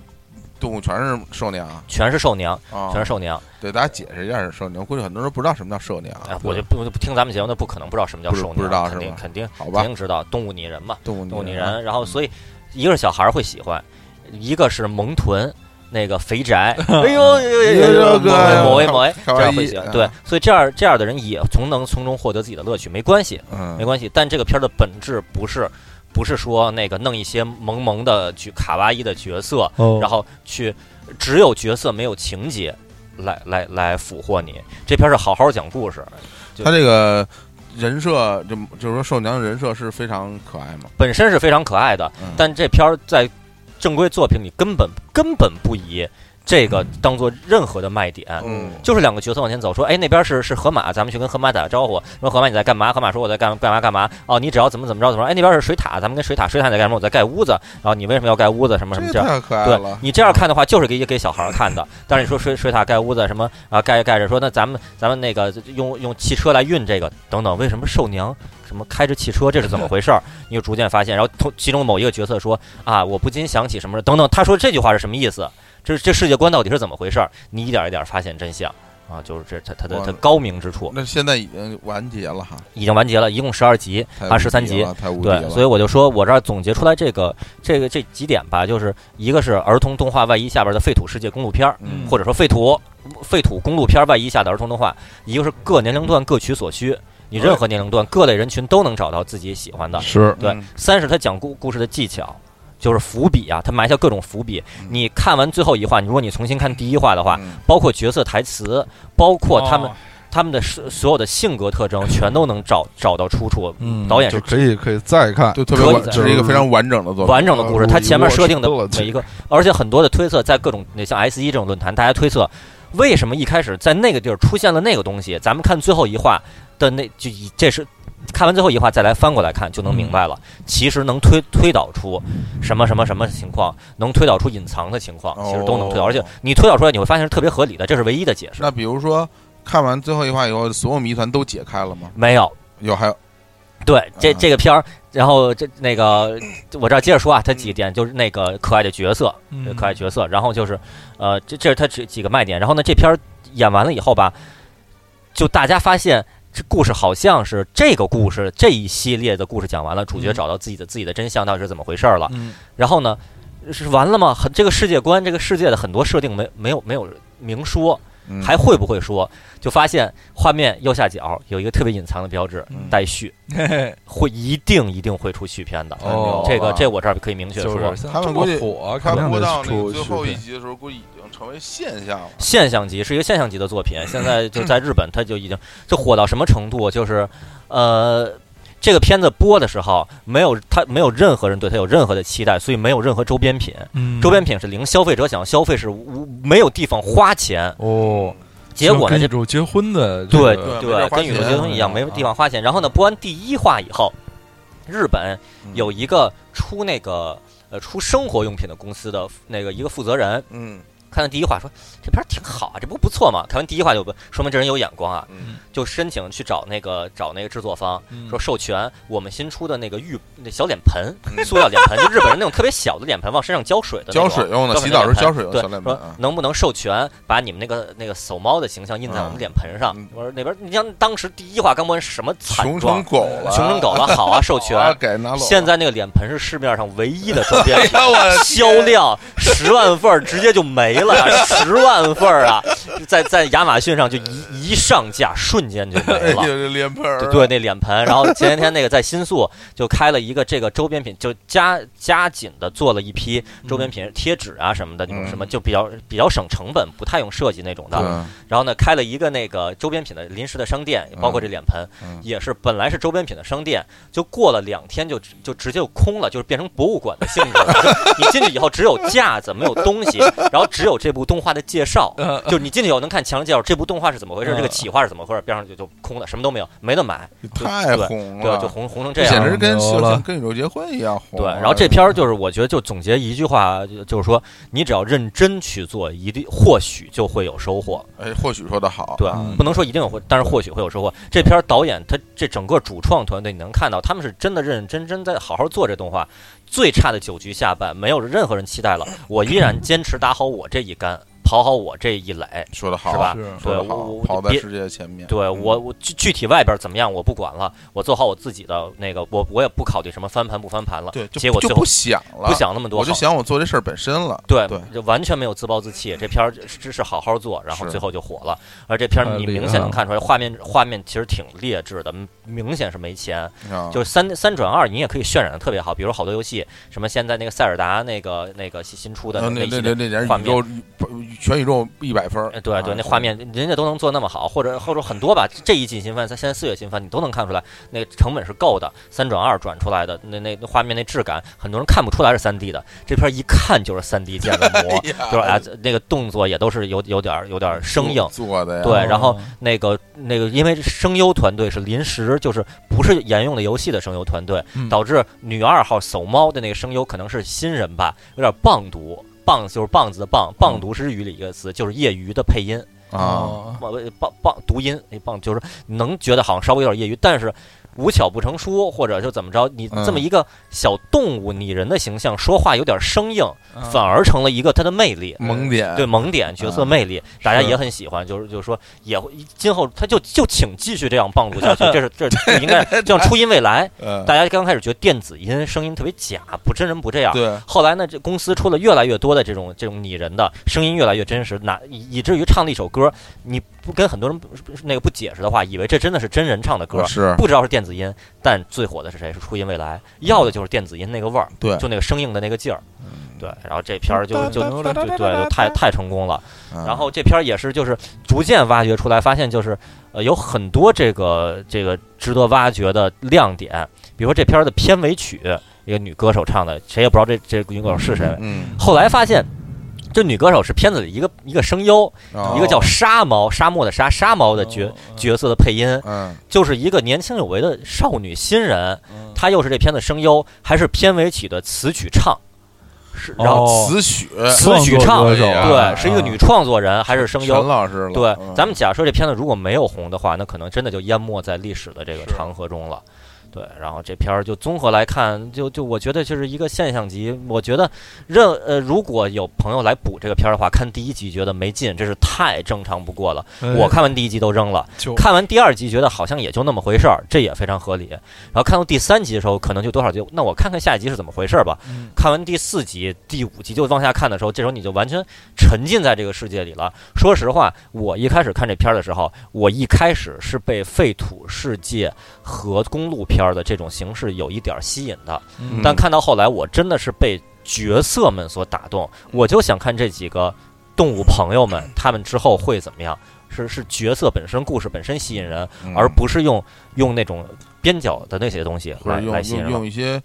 动物全是兽娘啊全是兽娘，啊，全是兽娘。对大家解释一下是兽娘，估计很多人不知道什么叫啊兽娘哎，，我就不不听咱们节目，那不可能不知道什么叫不知兽娘，不知道肯是定吧肯定好肯吧，定知道动物拟人嘛。动物动物拟人啊，人，然后所以一个是小孩儿会喜欢，一个是萌豚。那个肥宅，哎呦，某位某位，这样会行。啊嗯对，所以这样这样的人也从能从中获得自己的乐趣，没关系，嗯，没关系。但这个片儿的本质不是不是说那个弄一些萌萌的去卡哇伊的角色，哦然后去只有角色没有情节来来来俘获你。这片儿是好好讲故事，他这个人设，就就是说兽娘的人设是非常可爱嘛，本身是非常可爱的，嗯但这片儿在正规作品里根本根本不以这个当做任何的卖点。嗯就是两个角色往前走，说，哎，那边是是河马，咱们去跟河马打个招呼，说河马你在干嘛？河马说我在干干嘛干嘛。哦，你只要怎么怎么着怎么着。哎，那边是水塔，咱们跟水塔，水塔你在干什么？我在盖屋子。然后你为什么要盖屋子？什么什么这这样？太可爱对了，你这样看的话，就是给给小孩儿看的。但是你说水水塔盖屋子什么啊，盖着盖着说那咱们咱们那个用用汽车来运这个等等，为什么寿娘什么开着汽车，这是怎么回事儿？你就逐渐发现，然后同其中某一个角色说啊，我不禁想起什么等等，他说这句话是什么意思？这这世界观到底是怎么回事儿？你一点一点发现真相。啊，就是这他他的哇他高明之处那现在已经完结了哈，已经完结了，一共十二集，太啊无敌13集了，太无敌对，了，所以我就说我这儿总结出来这个这个这几点吧，就是一个是儿童动画外衣下边的废土世界公路片儿，嗯或者说废土废土公路片儿外衣下的儿童动画，一个是各年龄段各取所需，你任何年龄段、各类人群都能找到自己喜欢的。是对，嗯三是他讲故故事的技巧，就是伏笔啊，他埋下各种伏笔嗯。你看完最后一话，你如果你重新看第一话的话，嗯包括角色台词，包括他们哦他们的所所有的性格特征，全都能找找到出处。嗯，导演是就可以可以再嗯看，就特别完，可以这是一个非常完整的作品，完整的故事，呃它前面设定的我知道每一个，而且很多的推测，在各种那像 S 一这种论坛，大家推测为什么一开始在那个地儿出现了那个东西，咱们看最后一话的那就以这是看完最后一话再来翻过来看就能明白了，嗯其实能推推导出什么什么什么情况，能推导出隐藏的情况，其实都能推导，哦而且你推导出来你会发现是特别合理的，这是唯一的解释。那比如说看完最后一话以后，所有谜团都解开了吗？没有，有还有对，这嗯这个片儿，然后这那个我这儿接着说啊，它几点就是那个可爱的角色，嗯呃可爱角色，然后就是，呃，这这是它几几个卖点。然后呢，这片儿演完了以后吧，就大家发现这故事好像是这个故事这一系列的故事讲完了，主角嗯找到自己的自己的真相到底是怎么回事儿了。嗯然后呢，是完了吗？很这个世界观，这个世界的很多设定没没有没有明说，嗯还会不会说？就发现画面右下角有一个特别隐藏的标志，嗯待续。嘿嘿会一定一定会出续篇的。哦这个这我这儿可以明确就说，是他们估计这么火，他肯定播得到那出个最后一去集的时候，估计已经成为现象了。现象级是一个现象级的 (laughs) 作品。现在就在日本，它就已经就火到什么程度？就是呃，这个片子播的时候，没有它没有任何人对它有任何的期待，所以没有任何周边品。嗯周边品是零，消费者想要消费是无没有地方花钱，哦，结果呢跟这宇宙结婚的这对个没地儿花跟宇宙钱啊结婚一样，没地方花钱。然后呢，播完第一话以后，日本嗯有一个出那个呃出生活用品的公司的那个一个负责人，嗯看到第一话说这片儿挺好啊，这不不错嘛。看完第一话就不说明这人有眼光啊，嗯就申请去找那个找那个制作方嗯说授权我们新出的那个浴那小脸盆，嗯塑料脸盆，就日本人那种特别小的脸盆，往身上浇水的那种浇水用的，浇洗澡时候浇水嗯用那个的小脸脸盆对，盆说啊。能不能授权把你们那个那个怂猫的形象印在我们嗯脸盆上嗯？我说那边你像当时第一话刚播完什么惨穷状成，狗了，穷成狗了，好啊，授权啊，给拿走了。现在那个脸盆是市面上唯一的周边品哎呦 (laughs) 我的天，销量十万份儿直接就没了，十万份儿啊，在在亚马逊上就一一上架，瞬间就哎没呦，了。这脸盆儿对对，那脸盆，然后前些天那个在新宿就开了一个这个周边品，就加加紧的做了一批周边品贴纸啊什么的，那种嗯什么就比较比较省成本，不太用设计那种的。对然后呢，开了一个那个周边品的临时的商店，包括这脸盆，嗯也是本来是周边品的商店，就过了两天就直就直接就空了，就是变成博物馆的性质了。就你进去以后只有架子，没有东西，然后只有这部动画的介绍，就是你进去以后能看墙介绍这部动画是怎么回事，嗯这个企划是怎么回事，边上就就空的，什么都没有，没得买，太红对吧，了，就红红成这这样简了。直跟牛了像跟宇宙结婚一样红啊对，了。然后这片儿就是我觉得就总结一句话，就就是说你只要认真去做，一定或许就会有收获。哎，或许说的好，对啊，不能说一定有，但是或许会有收获。这片儿导演他这整个主创团队，你能看到他们是真的认认真真在好好做这动画。最差的九局下半，没有任何人期待了，我依然坚持打好我这一杆，跑好我这一垒，说的好，是吧是说对的我好我，跑在别世界前面。对嗯我，我具具体外边怎么样我不管了，我做好我自己的那个，我我也不考虑什么翻盘不翻盘了。对，就结果就最不后想了，不，想那么多，我就好想我做这事儿本身了。对对，就完全没有自暴自弃。这片儿是是好好做，然后是最后就火了。而这片太儿你厉明害啊显能了看出来，画面画面其实挺劣质的，嗯明显是没钱。啊就是三三转二，你也可以渲染的特别好，比如好多游戏，什么现在那个塞尔达那个那个新新出的呃那那一那系那那列。点画宇宙全宇宙一百分儿呃，对对，啊，那画面人家都能做那么好，或者或者很多吧，这一季新番，咱现在四月新番，你都能看出来，那个成本是够的，三转二转出来的那那那画面那质感，很多人看不出来是三 D 的，这片儿一看就是三 D 建的模 (laughs) 呀就是啊，这那个动作也都是有有点儿有点儿生硬，做的呀，对然后那个那个，因为声优团队是临时，就是不是沿用的游戏的声优团队，嗯导致女二号怂猫的那个声优可能是新人吧，有点棒读。棒就是棒子的棒，棒读是日语里一个词，就是业余的配音，啊，哦棒棒棒读音，那棒就是能觉得好像稍微有点业余，但是无巧不成书，或者就怎么着，你嗯这么一个小动物拟人的形象，说话有点生硬，嗯反而成了一个它的魅力。萌点对萌点角色啊魅力，大家是也很喜欢，就是就是说也会今后他就就请继续这样棒读下 (laughs) 去，这是这是应该就像初音未来，呃，大家刚开始觉得电子音声音特别假，不真人不这样。对，后来呢，这公司出了越来越多的这种这种拟人的声音，越来越真实，哪以以至于唱了一首歌，你不跟很多人不那个不解释的话，以为这真的是真人唱的歌，是不知道是电子音。但最火的是谁？是初音未来，要的就是电子音那个味儿，对嗯就那个生硬的那个劲儿。对，然后这片儿就就就对就太太成功了。嗯然后这片儿也是就是逐渐挖掘出来，发现就是呃有很多这个这个值得挖掘的亮点，比如说这片儿的片尾曲，一个女歌手唱的，谁也不知道这这个女歌手是谁。嗯，后来发现。这女歌手是片子里一个一个声优，啊一个叫沙猫，沙漠的沙，沙嗯猫的哦哦角角色的配音，嗯就是一个年轻有为的少女新人，嗯她又是这片子声优，还是片尾曲的词曲唱，是哦然后词曲词曲唱创作歌手哎啊对，是一个女创作人还是声优陈，老师了，对，嗯咱们假设这片子如果没有红的话，那可能真的就淹没在历史的这个是长河中了。对，然后这片儿就综合来看，就就我觉得就是一个现象级。我觉得任呃，如果有朋友来补这个片儿的话，看第一集觉得没劲，这是太正常不过了。哎我看完第一集都扔了，就看完第二集觉得好像也就那么回事儿，这也非常合理。然后看到第三集的时候，可能就多少就那我看看下一集是怎么回事儿吧。嗯看完第四集、第五集就往下看的时候，这时候你就完全沉浸在这个世界里了。说实话，我一开始看这片儿的时候，我一开始是被废土世界和公路片儿的这种形式有一点儿吸引的，嗯但看到后来，我真的是被角色们所打动，嗯我就想看这几个动物朋友们他们之后会怎么样。是是角色本身、故事本身吸引人，嗯而不是用用那种边角的那些东西或来者用来吸引用人了。用一些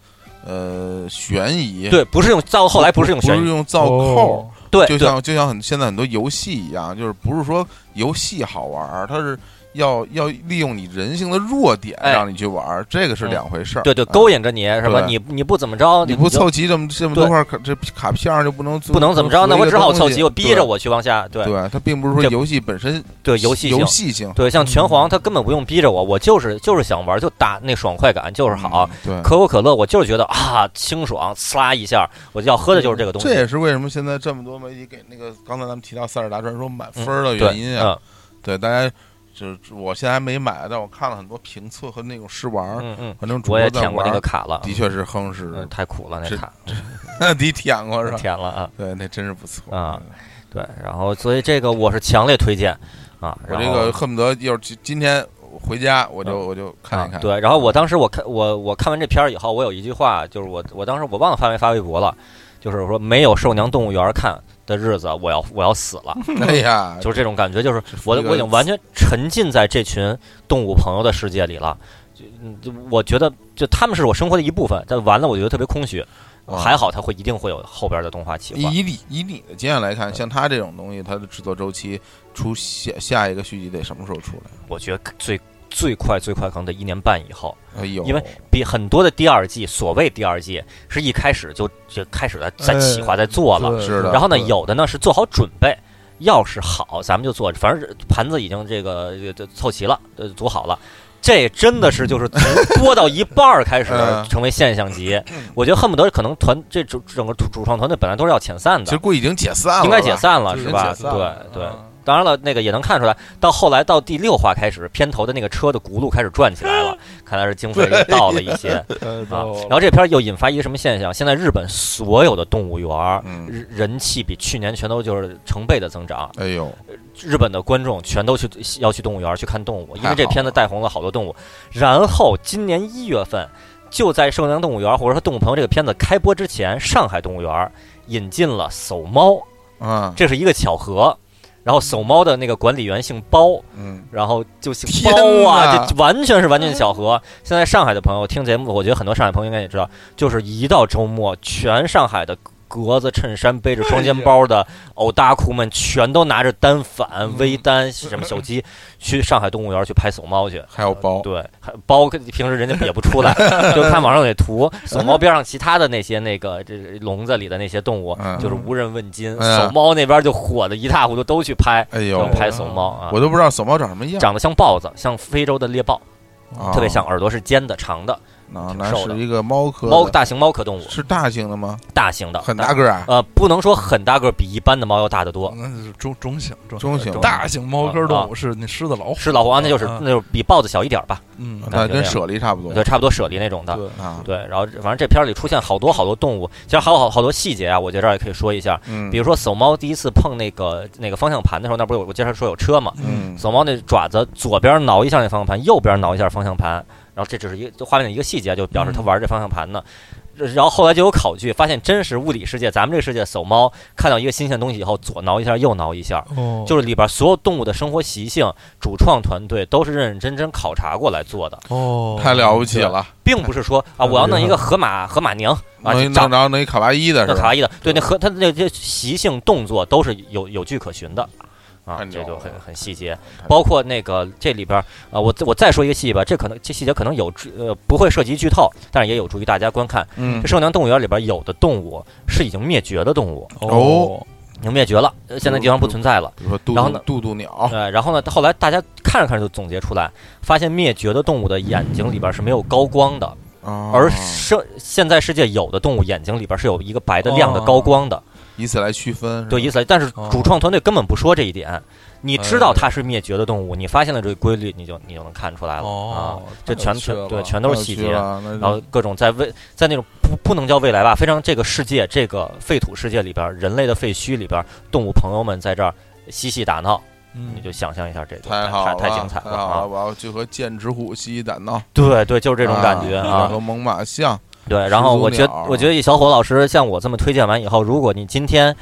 呃悬疑，对，不是用到后来不是用不悬是疑，用造扣。哦对就对像就像很现在很多游戏一样，就是不是说游戏好玩儿，它是要要利用你人性的弱点哎嗯让你去玩儿，这个是两回事儿。对对，啊勾引着你什么？对你你不怎么着，你你不就凑齐这么这么对多块卡这卡片儿就不能做不能怎么着，那我只好凑齐，我逼着。做一个东西我去往下。对对对，它并不是说这游戏本身对，游戏性游。戏性对，像拳嗯皇，他根本不用逼着我，我就是就是想玩，就打那爽快感就是好。，嗯对。可口可乐，我就是觉得啊清爽，呲啦一下，我就要喝的就是这个东西。这也是为什么现在这么多媒体给那个刚才咱们提到《塞尔达传说》满分儿的对原因啊。嗯对，大家就是我现在还没买，但我看了很多评测和那种试玩儿，嗯嗯，反正主我播也在舔过玩那个儿，卡了，的确是哼是嗯，太苦了那是卡， (laughs) 你舔过是吧？嗯甜了啊。对，那真是不错呃啊！对，然后所以这个我是强烈推荐啊。我然这后个恨不得要是今天回家，我就嗯我就看一啊。看。对，然后我当时我看我我看完这片儿以后，我有一句话，就是我我当时我忘了发没发微博了，就是我说没有兽娘动物园看的日子，我要我要死 (laughs) 了，哎呀， (laughs) 就是这种感觉，就是我这个我已经完全沉浸在这群动物朋友的世界里了。就嗯就我觉得，就他们是我生活的一部分，但完了我觉得特别空虚。啊还好他会一定会有后边的动画企划。以你以你的经验来嗯看，像他这种东西，它的制作周期出下下一个续集得什么时候出来？我觉得最最快最快可能得一年半以后。哎呦，因为比很多的第二季，所谓第二季是一开始就就开始在在企划在做了，对是的呃嗯然后呢，对有的呢是做好准备，要是好咱们就做，反正是盘子已经这个这个凑齐了，呃，组好了。这真的是就是从多到一半儿开 (laughs) 始嗯成为现象级，我觉得恨不得可能团这主整个主创团队本来都是要遣散其实的，估计已经解散了，应该解，散了就是吧？已经解散了对对。嗯当然了，那个也能看出来，到后来到第六话开始，片头的那个车的轱辘开始转 (laughs) 起来了，看来是经费又到了一些哎啊。哦然后这片儿又引发一个什么现象？现在日本所有的动物园儿嗯，人人气比去年全都就是成倍的增长，哎呦，日本的观众全都去要去动物园儿去看动物，因太好为这片子了带红了好多动物。然后今年一月份，就在盛阳动物园儿或者说动物朋友这个片子开播之前，上海动物园儿引进了叟猫，啊，这是一个巧合。然后叟猫的那个管理员姓包，嗯，然后就姓天包啊，哪这完全是完全巧合。现在上海的朋友听节目，我觉得很多上海朋友应该也知道，就是一到周末，全上海的格子衬衫、背着双肩包的偶大库们，全都拿着单嗯反、微单什么手机，去上海动物园去拍叟猫去。还有包，呃对，还包平时人家也 (laughs) 不出来，就看网上那图，叟猫边上其他的那些那个这笼子里的那些动物，嗯就是无人问津，嗯叟猫那边就火的一塌糊涂，都去拍，哎就呦，拍叟猫啊我。都不知道小猫长什么样，长得像豹子，像非洲的猎豹，啊特别像，耳朵是尖的、长的，啊，挺那瘦是的一个猫科的，猫大型猫科动物，是大型的吗？嗯大型的，很大个儿哦啊，呃，不能说很大个儿，比一般的猫要大得多。那就是中中型中中型大型猫科啊动物是那狮子老虎，是老虎啊，那就是哦嗯那就是比豹子小一点儿吧，嗯啊那就这跟样舍利差不多对，差不多舍利那种的。对，啊，对，然后反正这片儿里出现好多好多动物，其实还有好好多细节啊，我觉得这儿也可以说一下。嗯，比如说，叟猫第一次碰那个那个方向盘的时候，那不是有我介绍说有车嘛？嗯，叟猫那爪子左边挠一下那方向盘，右边挠一下方向盘，然后这只是一个就画面的一个细节，就表示他玩这方向盘呢。然后后来就有考据，发现真实物理世界，咱们这个世界叟猫看到一个新鲜东西以后，左挠一下，右挠一下，哦嗯就是里边所有动物的生活习性，主创团队都是认认真真考察过来做的，哦，太了不起了，并不是说啊，我要弄一个河马河马娘啊，弄一长弄着弄一卡哇伊的那是卡哇吧？伊的，对，那和他那些习性动作都是有有据可循的。啊太，牛这就很了很细节，太包括那个这里边儿啊、我再我再说一个细节吧，这可能这细节可能有助呃不会涉及剧透，但是也有助于大家观看。嗯这，盛阳动物园里边有的动物是已经灭绝的动物，哦，已经灭绝了，呃现在地嗯方不存在了。比如说渡然后渡呢渡渡鸟，呃，然后呢，后来大家看着看着就总结出来，发现灭绝的动物的眼睛里边是没有高光哦的，而而生现在世界有的动物眼睛里边是有一个白的亮哦的高光的。以此来区分，对，以思此类，但是哦哎主创团队根本不说这一点。你知道它是灭绝的动物，你发现了这个规律，你就你就能看出来了、哦啊！这全全对，全都是细节，了，那就然后各种在未在那种不不能叫未来吧，非常这个世界这个废土世界里边儿，人类的废墟里边儿，动物朋友们在这儿嬉戏打闹，你嗯，就想象一下这个，太太好了，太精彩太了好了！啊！我要去和剑齿虎嬉戏打闹，对对，就是这种感觉啊， (laughs) 啊和猛犸象，对，然后始祖我觉得鸟，我觉得小伙老师像我这么推荐完以后，如果你今天，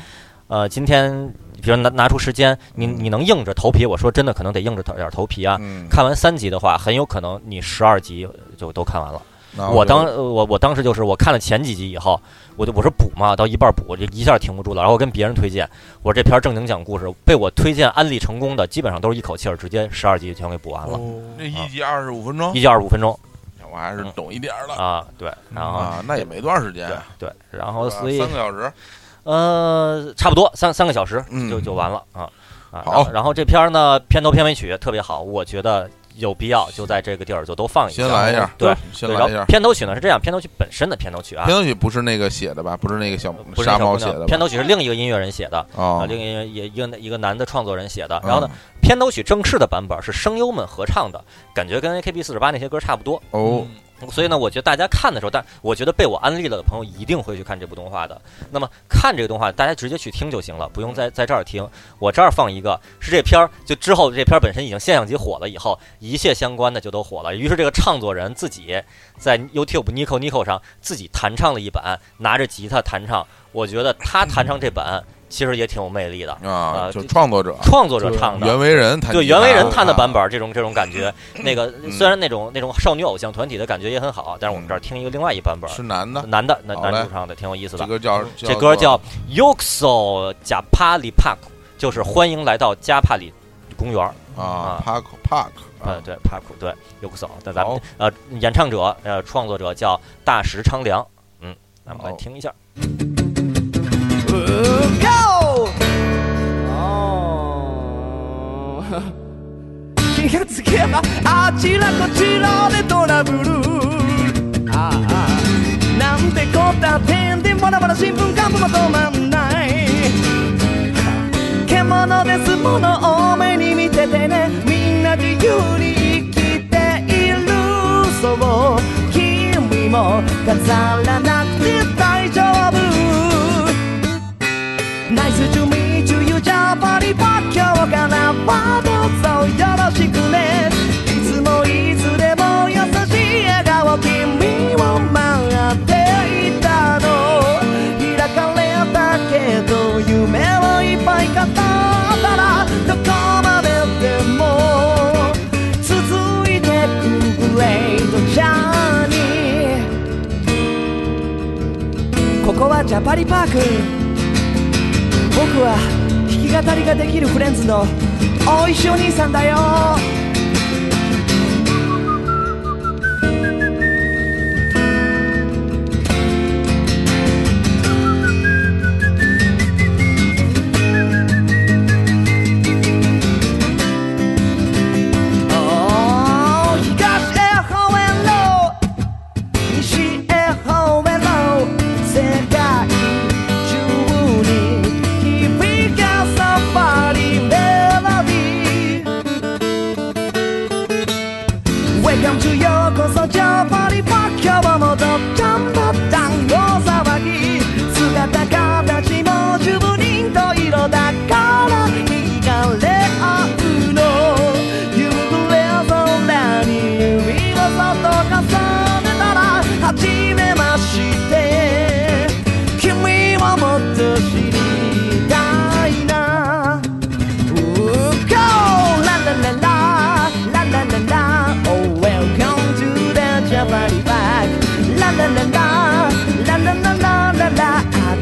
呃，今天比如拿拿出时间，你嗯你能硬着头皮，我说真的，可能得硬着头点儿头皮啊。嗯，看完三集的话，很有可能你十二集就都看完了。那我就当呃我我当时就是我看了前几集以后，我就我说补嘛，到一半补，我就一下停不住了。然后我跟别人推荐，我说这片儿正经讲故事，被我推荐安利成功的，基本上都是一口气儿直接十二集全给补完了，哦这一集二十五分钟一，集二十五分钟我还是懂一点儿了啊，对，然后啊，那也没多长时间对，对，然是后吧所以三个小时，呃，差不多三三个小时嗯就就完了啊啊。好然后然后这片儿呢，片头片尾曲特别好，我觉得有必要就在这个地儿就都放一下。先来一下，嗯对，先对来然一后下。片头曲呢是这样，片头曲本身的片头曲啊片，头曲不是那个写的吧？不是那个小不是沙那小猫姑写娘的吧片？头曲是另一个音乐人写的啊，啊另一个音乐也一个一个男的创作人写嗯的。然后呢，片头曲正式的版本是声优们合唱的，感觉跟 AKB 四十八那些歌差不多。哦，所以呢，我觉得大家看的时候，但我觉得被我安利了的朋友一定会去看这部动画的。那么看这个动画，大家直接去听就行了，不用在在这儿听。我这儿放一个，是这片儿就之后这片儿本身已经现象级火了，以后一切相关的就都火了。于是这个唱作人自己在 YouTube Nico Nico 上自己弹唱了一版，拿着吉他弹唱。我觉得他弹唱这版其实也挺有魅力的，啊，啊就这创作者创作者唱的。袁惟仁弹吉他，对袁惟仁弹的版啊，嗯本儿，这种这种感 (laughs) 觉，那个虽然那种那种少女偶像团体的感觉也很好，但是我们这儿听一个另外一版本儿，是男的，男的男好嘞男主唱的，挺有意思这嗯的。嗯歌叫这歌做叫 Yoxo Japali Park，就是欢迎来到加帕里公园儿。啊啊，Park Park，呃，啊对，Park 对 Yoxo，那咱们好呃演唱者呃创作者叫大石昌良，嗯，咱们来好听一下。 Go! Oh. 気がつけばあちらこちらでトラブルああなんてこったってんでまだまだ新聞幹部も止まんない獣ですものを目に見ててねみんな自由に生きているそう君も飾らなくて大丈夫 Nice to meet you, you Japanese 今日からはどうぞよろしくねいつもいつでも優しい笑顔君を待っていたの開かれたけど夢をいっぱい語ったらどこまででも続いてくグレートジャーニーここはジャパリパーク僕は弾き語りができるフレンズの大石お兄さんだよおー東へ方へロー西へ方へロー世界中に響かさばりメロディー Welcome to ようこそジャパリパ今日もどっちゃんばったん大騒ぎ姿形も十分人と色だから惹かれ合うの夕暮れ空に指をそっと重ねたら初めまして君をもっと知りたいな Go! La la la la, la la la la. Oh, welcome to the Japanese back. La la la la, la la la la la la.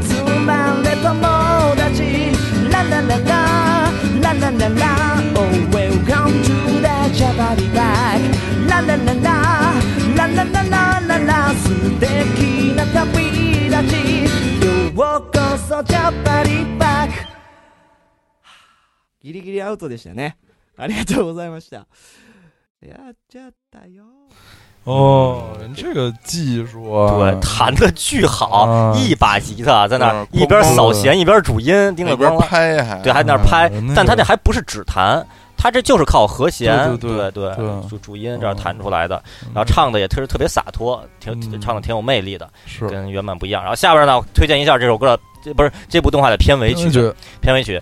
集まれ友達 La la la la, la la la la. Oh, welcome to the Japanese back. La la la la, la la la la la la. 素敵な旅立ち。ようこそ Japanese back. ギリギリアウトでしたね。ありがとうございました。やっちゃったよ。哦，人这个技术啊，对，弹的巨好，啊一把吉他在那儿嗯一边哐哐扫的弦一边主音，叮了那咣边啷，拍啊还对，还啊在那儿拍嗯那个，但他这还不是只弹，他这就是靠和弦，对对对对对对主主音这样弹出来的，然后唱的也特别特别洒脱，挺嗯唱的挺有魅力的，是跟原版不一样。然后下边呢，我推荐一下这首歌的，这不是这部动画的片尾曲，觉片尾曲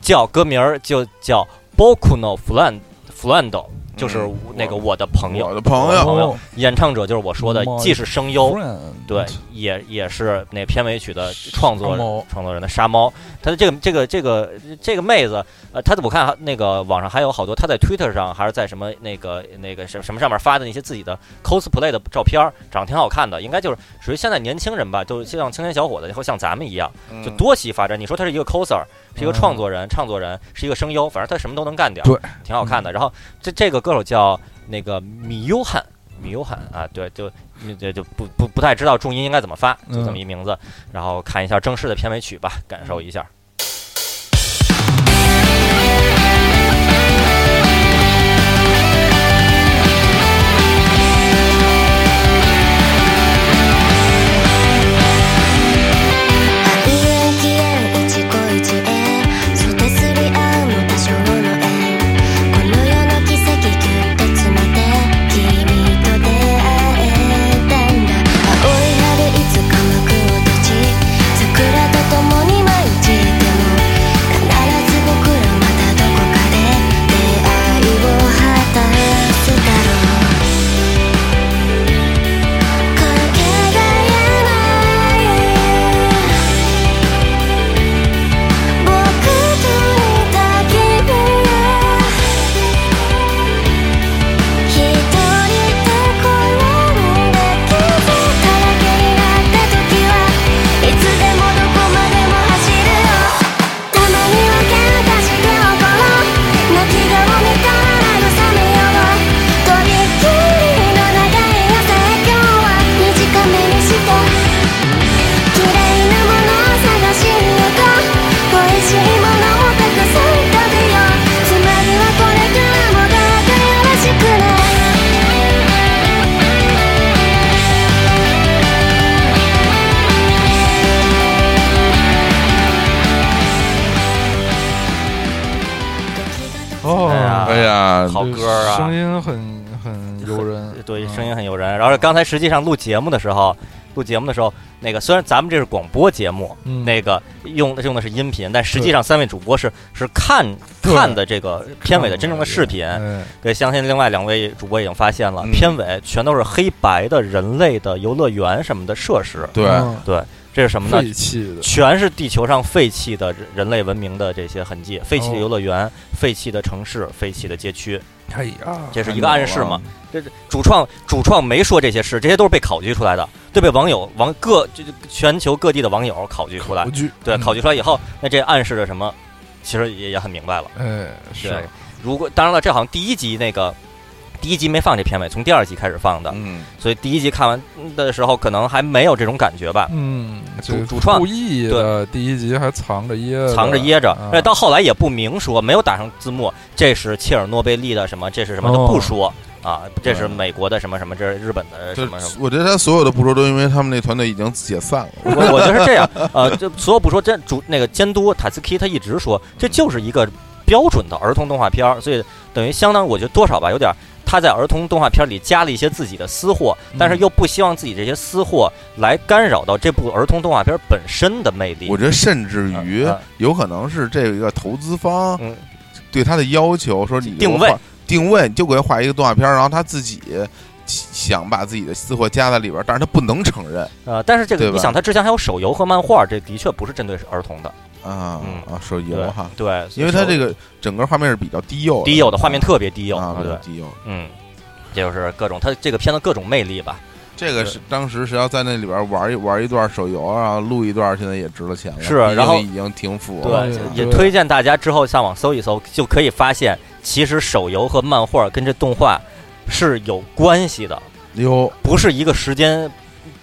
叫歌名儿就叫《Boku no Flan Flando》，就是嗯我那个我的朋友我，的朋我的友，朋友演唱者就是我说的， My 既是声优，对哦 friend，也也是那片尾曲的创作沙嗯猫创作人的沙猫，他的这个这个这个这个妹子，呃，她的我看那个网上还有好多她在 Twitter 上还是在什么那个那个什什么上面发的那些自己的 cosplay 的照片儿，长得挺好看的，应该就是属于现在年轻人吧，就是像青年小伙子，以后像咱们一样，就嗯多栖发展。你说他是一个 coser，是一个嗯创作人、唱作人，是一个声优，反正他什么都能干点，对，嗯挺好看的。然后这这个歌手叫那个米优汉，米优汉啊，对，就就就不不不太知道重音应该怎么发，嗯就这么一名字。然后看一下正式的片尾曲吧，感受一下。あいうえきへいちこいちへそてすり合う多少の縁この世の奇跡ぎゅっと詰めて君と出会えたんだ青い春いつか幕を閉じ桜と共に舞い散る哎吧？哎好歌啊哦声音很很诱人，对，嗯声音很诱人。然后刚才实际上录节目的时候，录节目的时候，那个虽然咱们这是广播节目，嗯那个用用的是音频，但实际上三位主播是是看看的这个片尾的真正的视频。哎对，相信另外两位主播已经发现了，嗯片尾全都是黑白的人类的游乐园什么的设施。对，嗯对，这是什么呢？废弃的，全是地球上废弃的人人类文明的这些痕迹，废弃的哦游乐园、废弃的城市、废弃的街区，哎呀，这是一个暗示嘛？这是主创主创没说这些事，这些都是被考据出来的，都被网友网各这这全球各地的网友考据出来不。惧，对，嗯考据出来以后，那这暗示着什么？其实也也很明白了。哎是对，如果当然了，这好像第一集那个第一集没放这片尾，从第二集开始放的，嗯，所以第一集看完的时候可能还没有这种感觉吧，嗯，这主主创故意的，第一集还藏着掖藏着掖着啊，而且到后来也不明说，没有打上字幕，这是切尔诺贝利的什么，这是什么哦嗯都不说。啊，这是对美国的什么什么，这是日本的什这么什么，我觉得他所有的不说都因为他们那团队已经解散了。我我觉得是这样，呃，这所有不说，这主那个监督塔斯基他一直说，这就是一个标准的儿童动画片儿，所以等于相当于我觉得多少吧，有点儿他在儿童动画片儿里加了一些自己的私货，但嗯是又不希望自己这些私货来干扰到这部儿童动画片儿本身的魅力我。觉得甚至于嗯嗯有可能是这个投资方嗯对他的要求，说你给定我位画定位，你就给我画一个动画片儿，然后他自己想把自己的私货加在里边儿，但是他不能承认呃，但是这个对吧你想，他之前还有手游和漫画，这的确不是针对儿童的，啊嗯啊手游对哈，对，因为他这个个整个画面是比较低幼低幼的画面特别低幼，啊，比对较，低幼。嗯，这就是各种他这个片的各种魅力吧。这个是当时是要在那里边玩一玩一段手游，然后录一段，现在也值了钱了。是啊毕竟然后已经挺富了。哎对呀，也对推荐大家之后上网搜一搜，就可以发现，其实手游和漫画跟这动画是有关系的，有不是一个时间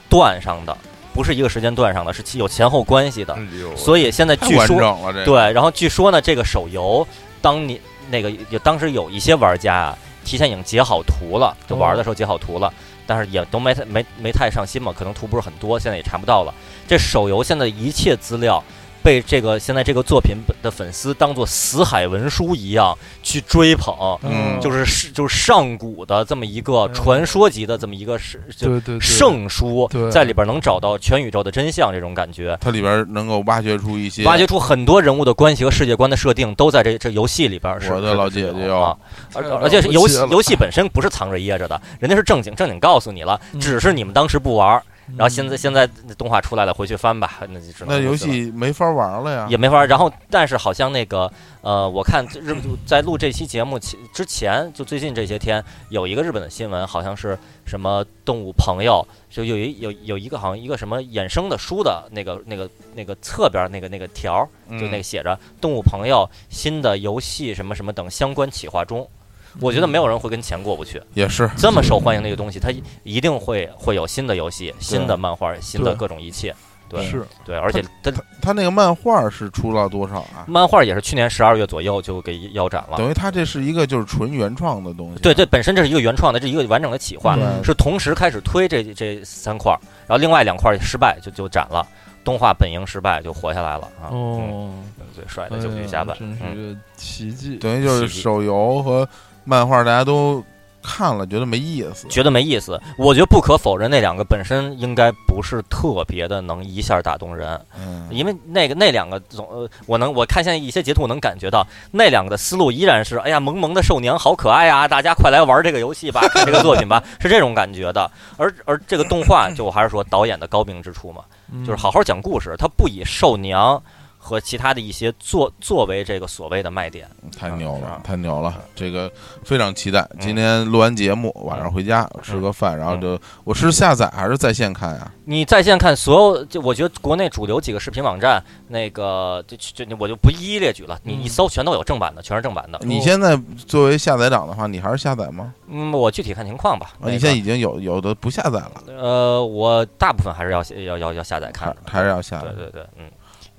段上的，不是一个时间段上的，是其有前后关系嗯的。所以现在太据完整说，了，这个对，然后据说呢，这个手游，当你那个有当时有一些玩家啊，提前已经截好图了，就玩的时候截好图了，但是也都没太没没太上心嘛，可能图不是很多，现在也查不到了。这手游现在一切资料被这个现在这个作品的粉丝当做死海文书一样去追捧，嗯就是是就是上古的这么一个传说级的这么一个是就对对对圣书对，在里边能找到全宇宙的真相这种感觉。它里边能够挖掘出一些挖掘出很多人物的关系和世界观的设定，都在这这游戏里边儿。是我的老姐姐哟啊，而太了而且是游戏不起了游戏本身不是藏着掖着的，人家是正经正经告诉你了，嗯只是你们当时不玩儿。嗯然后现在现在动画出来了，回去翻吧，那就只能那游如此了戏没法玩了呀。也没法儿。然后但是好像那个呃，我看日在录这期节目前之前，就最近这些天有一个日本的新闻，好像是什么动物朋友，就有一有有一个好像一个什么衍生的书的那个那个那个侧边儿那个那个条儿。嗯就嗯那个写着“动物朋友”新的游戏什么什么等相关企划中。嗯我觉得没有人会跟钱过不去，也是这么受欢迎的一个东西，它一一定会会有新的游戏、新的漫画、新的各种一切。对嗯是对，而且它他那个漫画是出到多少啊？漫画也是去年十二月左右就给腰斩了。等于他这是一个就是纯原创的东西。啊对，这本身这是一个原创的，这是一个完整的企划，嗯是同时开始推这这三块儿，然后另外两块儿失败就就斩了，动画本营失败就活下来了啊。嗯，哦，最帅的就哎是呀下半，真是嗯，一个奇迹。等于就是手游和漫画，大家都看了觉得没意思。觉得没意思。我觉得不可否认，那两个本身应该不是特别的能一下打动人，嗯，因为那个那两个总，呃我能我看现在一些截图能感觉到，那两个的思路依然是，哎呀，萌萌的兽娘好可爱呀、大家快来玩这个游戏吧，看这个作品吧，是这种感觉的。而而这个动画，就我还是说导演的高明之处嘛，嗯就是好好讲故事，他不以兽娘。和其他的一些作作为这个所谓的卖点，太牛是啊嗯了，太牛了！这个非常期待。今天录完节目，晚上回家吃个饭，然后就我是下载啊还是在线看呀？你在线看所有，就我觉得国内主流几个视频网站，那个就就就我就不一一列举了，你嗯一搜全都有正版的，全是正版的。你现在作为下载党的话，你还是下载吗？嗯，我具体看情况吧。啊，你那现在个已经有有的不下载了，呃，我大部分还是要要要要下载看还的。还是要下载对。对对，嗯，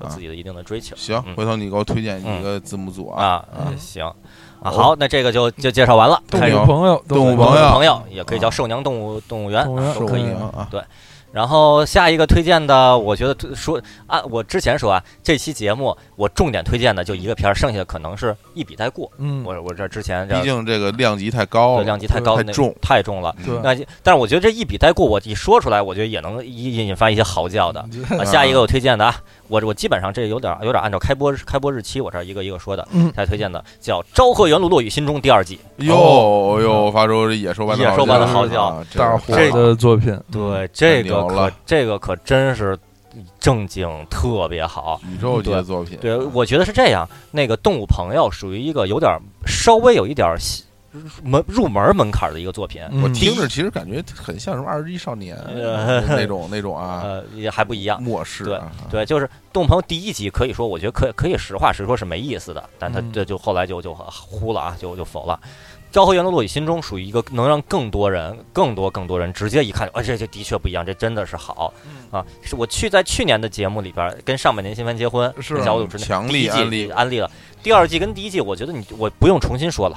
有啊自己的一定的追求。行，嗯回头你给我推荐一个字幕组啊。啊啊，行哦啊，好，那这个就就介绍完了。动动物物朋友，动物动朋物友朋友也可以叫啊兽娘动物动物园动物园哎嗯都可以动物园啊。对，然后下一个推荐的，我觉得说啊，我之前说啊，这期节目我重点推荐的就一个片儿，剩下的可能是一笔带过。嗯，我我这之前这毕竟这个量级太高对了，嗯量级太高，太那重太重了。对那但是我觉得这一笔带过，我一说出来，我觉得也能引引发一些嚎叫的。嗯啊，下一个我推荐的啊，我我基本上这有点有点按照开播开播日期，我这儿一个一个说的。嗯才推荐的叫《昭和元禄落雨心中》第二季。哟哟，发出这野兽般的哦野兽般的嚎嚎叫啊这 (laughs) 大个伙太这好了的作品，对，嗯太这个牛可了这个可真是正经特别好。宇宙级的作品，对，我觉得是这样。那个《动物朋友》属于一个有点儿稍微有一点儿西门入门门槛儿的一个作品，嗯我听着其实感觉很像什么《二十一少年》呃那种那种啊，呃，也还不一样。末世啊，对，就是《动物朋友》第一集，可以说我觉得可可以实话实说是没意思的，但他嗯这就后来就就呼了啊，就就否了。《昭和元禄落雨心中》属于一个能让更多人、更多、更多人直接一看，啊，这这的确不一样，这真的是好嗯啊！是我去在去年的节目里边儿跟上半年新番结婚是跟小组之内啊强第力一季安利，安利了，第二季跟第一季，我觉得你我不用重新说了。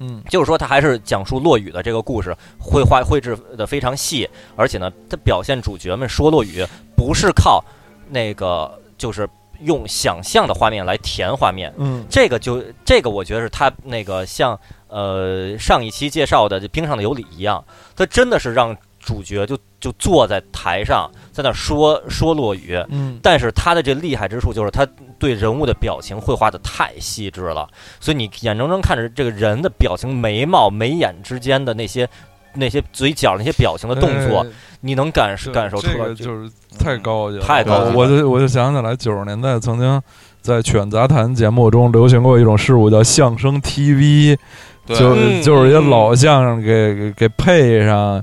嗯就是说，他还是讲述落雨的这个故事，绘画绘制的非常细，而且呢，他表现主角们说落雨不是靠那个，就是用想象的画面来填画面，嗯这个就这个我觉得是他那个像呃上一期介绍的这《冰上的尤里》一样，他真的是让主角就就坐在台上，在那说说落雨，嗯，但是他的这厉害之处就是他对人物的表情绘画的太细致了，所以你眼睁睁看着这个人的表情、眉毛、眉眼之间的那些、那些嘴角那些表情的动作，哎你能感是感受出这来个。就是太高级了，太高级了我就我就想起来，九十年代曾经在犬杂谈节目中流行过一种事物，叫相声 TV，对就嗯就是一些老相声给给给配上。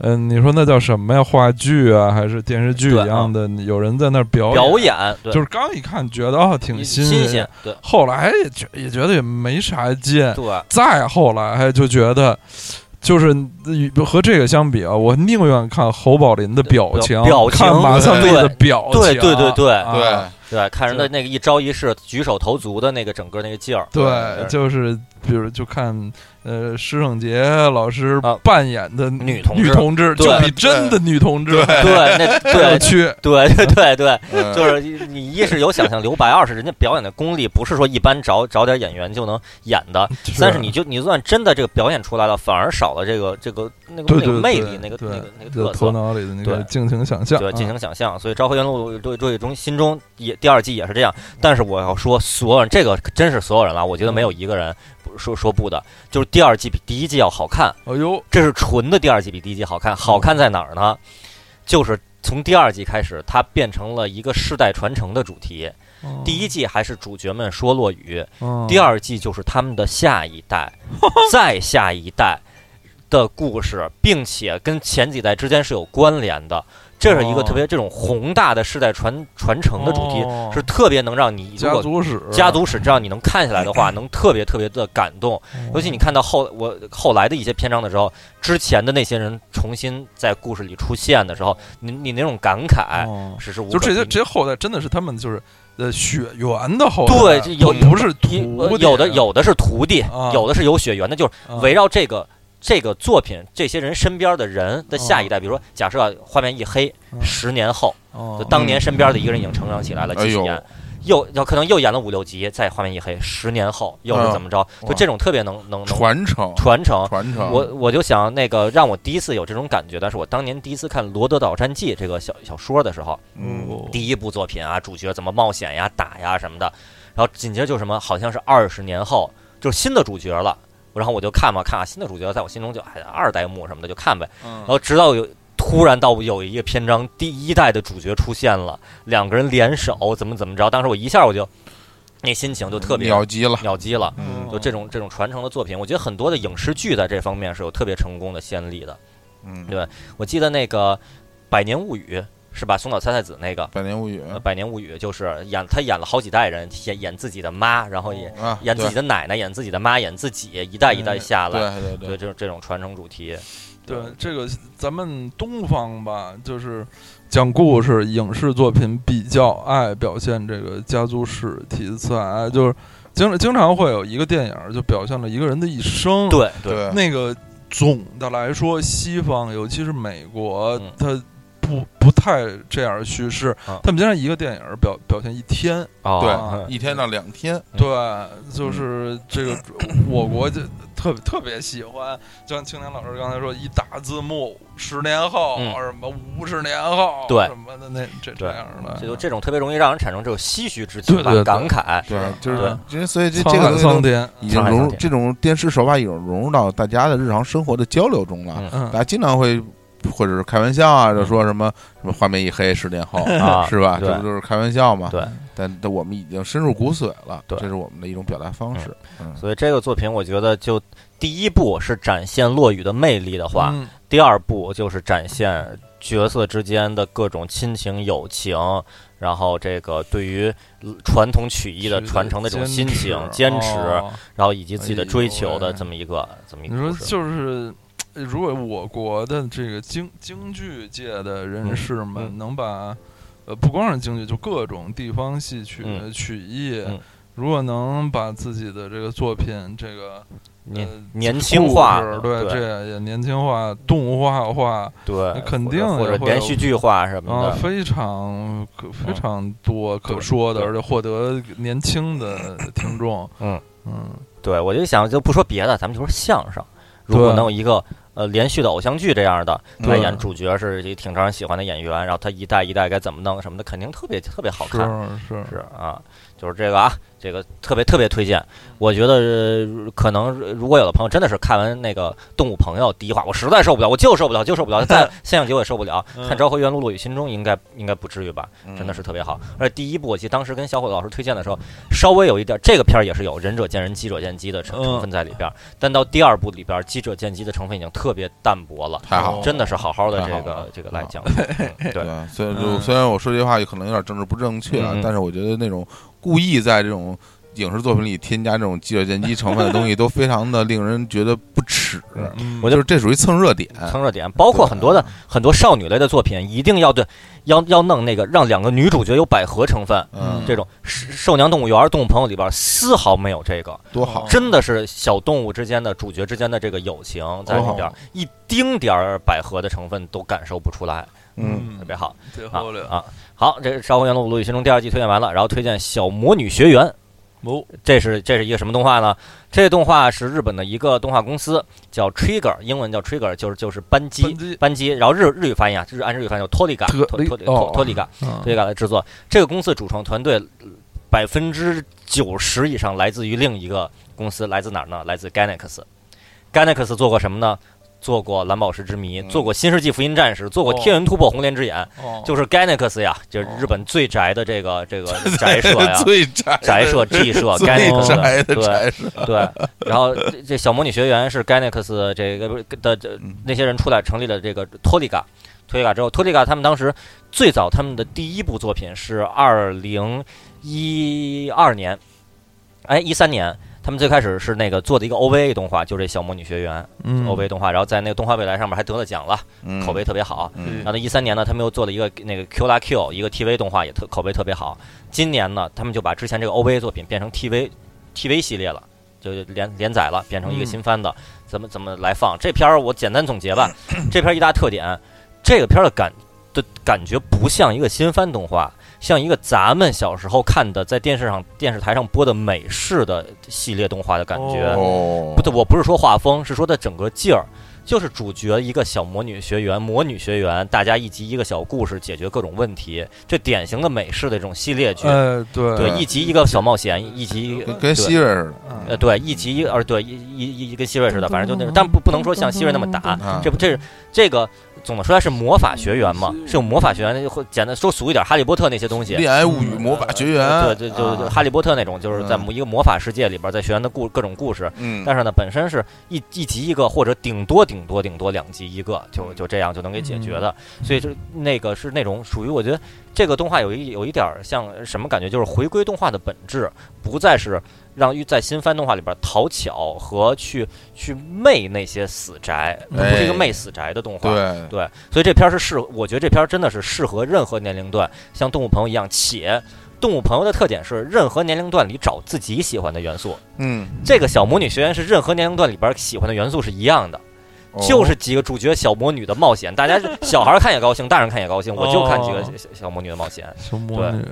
嗯，你说那叫什么呀？话剧啊，还是电视剧对啊一样的？有人在那儿表表演对，就是刚一看觉得哦挺你新新鲜，鲜，对后来也觉也觉得也没啥劲，对，再后来就觉得，就是呃和这个相比啊，我宁愿看侯宝林的表情，呃表表情看马三立的表情，对对对对啊对，对，看人的那个一招一式、举手投足的那个整个那个劲儿，对就是比如就看呃施圣杰老师啊扮演的女同志女同志，对就比真的女同志对， (laughs) 那还有对 (laughs) 趣，对 (laughs) 对对对，嗯 (laughs) 就是你一是有想象留白，二是人家表演的功力不是说一般找找点演员就能演的，但是你就你就算真的这个表演出来了，反而少了这个这个那个对那对个对魅力，那个对那个那个就特色。头脑里的那个对尽情想象，对，进啊行想象，所以《昭和元禄落落雨中心中》也第二季也是这样。但是我要说，所有人这个真是所有人了，我觉得没有一个人不说说不的。就是第二季比第一季要好看，哎呦，这是纯的第二季比第一季好看。好看在哪儿呢？就是从第二季开始，它变成了一个世代传承的主题。第一季还是主角们说落雨，嗯，第二季就是他们的下一 (laughs) 代，再下一代的故事，并且跟前几代之间是有关联的。这是一个特别这种宏大的世代传传承的主题，哦是特别能让你如家果族史，家族史这样你能看下来的 (laughs) 话，能特别特别的感动。哦，尤其你看到后我后来的一些篇章的时候，之前的那些人重新在故事里出现的时候，你你那种感慨，哦只是无就可这些比拟这些后代真的是他们就是呃血缘的后代，啊对，这有不是一徒弟有的有的是徒弟啊，有的是有血缘的，就是啊围绕这个这个作品，这些人身边的人嗯的下一代，比如说假设啊画面一黑，嗯十年后，哦就当年身边的一个人已经成长起来了嗯哎几十呦年，又有可能又演了五六集，再画面一黑，十年后又是怎么着？嗯就这种特别能能能传承传承。传承，我我就想那个让我第一次有这种感觉的是，我当年第一次看《罗德岛战记》这个小小说的时候，嗯，第一部作品啊，主角怎么冒险呀、打呀什么的，然后紧接着就什么，好像是二十年后就是新的主角了，然后我就看吧看啊，新的主角在我心中就哎二代目什么的就看呗，然嗯后直到有突然到有一个篇章，第一代的主角出现了，两个人联手怎么怎么着，当时我一下我就那心情就特别秒级了，秒击了。嗯就这种这种传承的作品，我觉得很多的影视剧在这方面是有特别成功的先例的。嗯，对我记得那个《百年物语》是吧？松岛菜菜子那个，百年物语呃，《百年物语》就是演他演了好几代人，演演自己的妈，然后也啊，演自己的奶奶，演自己的妈，演自己，一代一代下对来，对对对，这种这种传承主题，对这个咱们东方吧，就是讲故事、影视作品比较爱表现这个家族史题材，就是经经常会有一个电影儿就表现了一个人的一生，对对对，那个总的来说，西方尤其是美国嗯，它。不不太这样的叙事啊，他们经常一个电影表表现一天，哦啊对，一天到两天，嗯对，就是 (clears throat) 这个我国就特别特别喜欢，就像青年老师刚才说，一打字幕十年后、嗯什么五十年后对什么的那这这对样的，这就这种特别容易让人产生这种唏嘘之情吧对对对，感慨。对，就是是因为所以这沧这海个东桑西田，都已经沧海融桑入田这种电视手法已经融入到大家的日常生活的交流中了。嗯嗯大家经常会或者是开玩笑啊，就说什么什么画面一黑十年后 (laughs) 啊是吧？对这不就是开玩笑嘛？对，但但我们已经深入骨髓了，对这是我们的一种表达方式。嗯，所以这个作品，我觉得就第一部是展现落雨的魅力的话，嗯第二部就是展现角色之间的各种亲情友情，然后这个对于传统曲艺的传承的这种心情坚持，嗯哦然后以及自己的追求哎呦的喂这么一个这么一你个说故事。就是，呃如果我国的这个京京剧界的人士们、嗯能把，呃，不光是京剧，就各种地方戏曲、嗯曲艺，嗯如果能把自己的这个作品这个年呃嗯年轻化故事，对对，这也年轻化、动画化对，肯或者定或者也会连有续剧化什啊么，的，非常可非嗯常多可对说的，对而且获得年轻的听众，嗯嗯，对我就想就不说别的，咱们就说相声，如果对能有一个。呃，连续的偶像剧这样的，他对演主角是一挺招人喜欢的演员，然后他一代一代该怎么弄什么的，肯定特别特别好看。是是是啊，就是这个啊，这个特别特别推荐。我觉得、呃可能呃如果有的朋友真的是看完那个《动物朋友》第一话，我实在受不了，我就受不了，就受不了， (laughs) 看现象级我也受不了。嗯看《昭和元禄落雨心中》应该应该不至于吧？真的是特别好。而且第一部，我记得当时跟小伙子老师推荐的时候，稍微有一点这个片儿也是有仁者见仁，智者见智的成成分在里边儿，嗯但到第二部里边儿，智者见智的成分已经特别淡薄了。太好了。真的是好好的太好这个了这个来好讲述，嗯对，对，虽然就嗯虽然我说这话也可能有点政治不正确啊嗯嗯，但是我觉得那种故意在这种影视作品里添加这种基者见机成分的东西，都非常的令人觉得不耻。嗯我就是这属于蹭热点，蹭热点，包括很多的啊很多少女类的作品，一定要对要要弄那个让两个女主角有百合成分，嗯，这种是《兽娘动物园》《动物朋友》里边丝毫没有这个，多好哦。真的是小动物之间的主角之间的这个友情在里边哦，一丁点儿百合的成分都感受不出来，嗯，特别好最啊后了，啊！好，这是《烧红元路鲁雨心中》第二季推荐完了，然后推荐《小魔女学园》。哦，这是这是一个什么动画呢？这动画是日本的一个动画公司，叫 Trigger，英文叫 Trigger，就是就是扳机扳机扳机，然后日日语翻译啊，就是按日语翻译叫托利嘎特托托利利哦托托利嘎嗯托利嘎来制作。这个公司的主创团队百分之九十以上来自于另一个公司，来自哪儿呢？来自 Gainax。Gainax 做过什么呢？做过《蓝宝石之谜》，嗯，做过《新世纪福音战士》，做过哦《天元突破红莲之眼》哦就是 Gainax 呀，就是哦日本最宅的这个 (laughs) 这个宅社呀 (laughs) 最宅的宅社 G 社最 Gainax 宅的对宅社， (laughs) 对，然后这这小魔女学园是 Gainax 这个不是的这嗯那些人出来成立了这个托利嘎，托利嘎之后，托利嘎他们当时最早他们的第一部作品是二零一二年，哎一三年，他们最开始是那个做的一个 OVA 动画，就这小魔女学园、嗯 OVA 动画，然后在那个动画未来上面还得了奖了，嗯口碑特别好。嗯然后，一三年呢，他们又做了一个那个 Q 拉 Q，一个 TV 动画也特口碑特别好。今年呢，他们就把之前这个 OVA 作品变成 TV TV 系列了，就连连载了，变成一个嗯新番的。怎么怎么来放这片儿？我简单总结 (clears throat) 吧，这片儿一大特点，这个片儿的感的感觉不像一个新番动画，像一个咱们小时候看的在电视上电视台上播的美式的系列动画的感觉。哦哦，不对，我不是说画风，是说它整个劲儿，就是主角一个小魔女学员，魔女学员，大家一集一个小故事，解决各种问题，这典型的美式的这种系列剧，哎，对对，一集一个小冒险，一集一跟个跟对希瑞似呃，的，对，一集一呃，对，一一一一跟希瑞似的，反正就那嗯种，但不不能说像希瑞那么打，啊这不这是这个总的说来是魔法学员嘛，嗯是有魔法学员，会简单说俗一点，哈利波特那些东西，恋爱物语魔法学园，嗯对，对，就就啊哈利波特那种，就是在嗯一个魔法世界里边，在学员的故各种故事，嗯，但是呢，本身是一一集一个，或者顶多顶多顶多两集一个，嗯就就这样就能给解决的。所以就是那个是那种属于我觉得这个动画有一有一点儿像什么感觉，就是回归动画的本质，不再是让在新番动画里边讨巧和去去媚那些死宅，它不是一个哎媚死宅的动画。对，对，所以这片儿是适，我觉得这片儿真的是适合任何年龄段，像动物朋友一样，且。动物朋友的特点是，任何年龄段里找自己喜欢的元素。嗯，这个小魔女学院是任何年龄段里边喜欢的元素是一样的，哦就是几个主角小魔女的冒险， (laughs) 大家小孩儿看也高兴，大人看也高兴，我就看几个哦小小魔女的冒险。小魔女，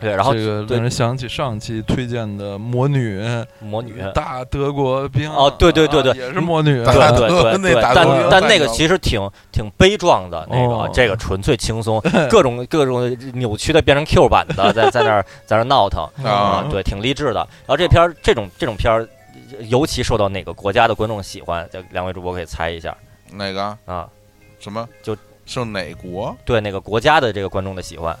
对，然后这个令人想起上期推荐的魔女魔女，大德国兵哦对对对对啊也是魔女，大对大对哥对那对，大但哥又但太那个高其实挺挺悲壮的那个，哦这个纯粹轻 (laughs) 松，各种各种扭曲的变成 Q 版的，在在那儿在那儿闹腾嗯啊啊，对，挺励志的。然后这片儿这种这种片儿，尤其受到哪个国家的观众喜欢，就两位主播可以猜一下哪个啊。什么就是哪国？对哪个国家的这个观众的喜欢，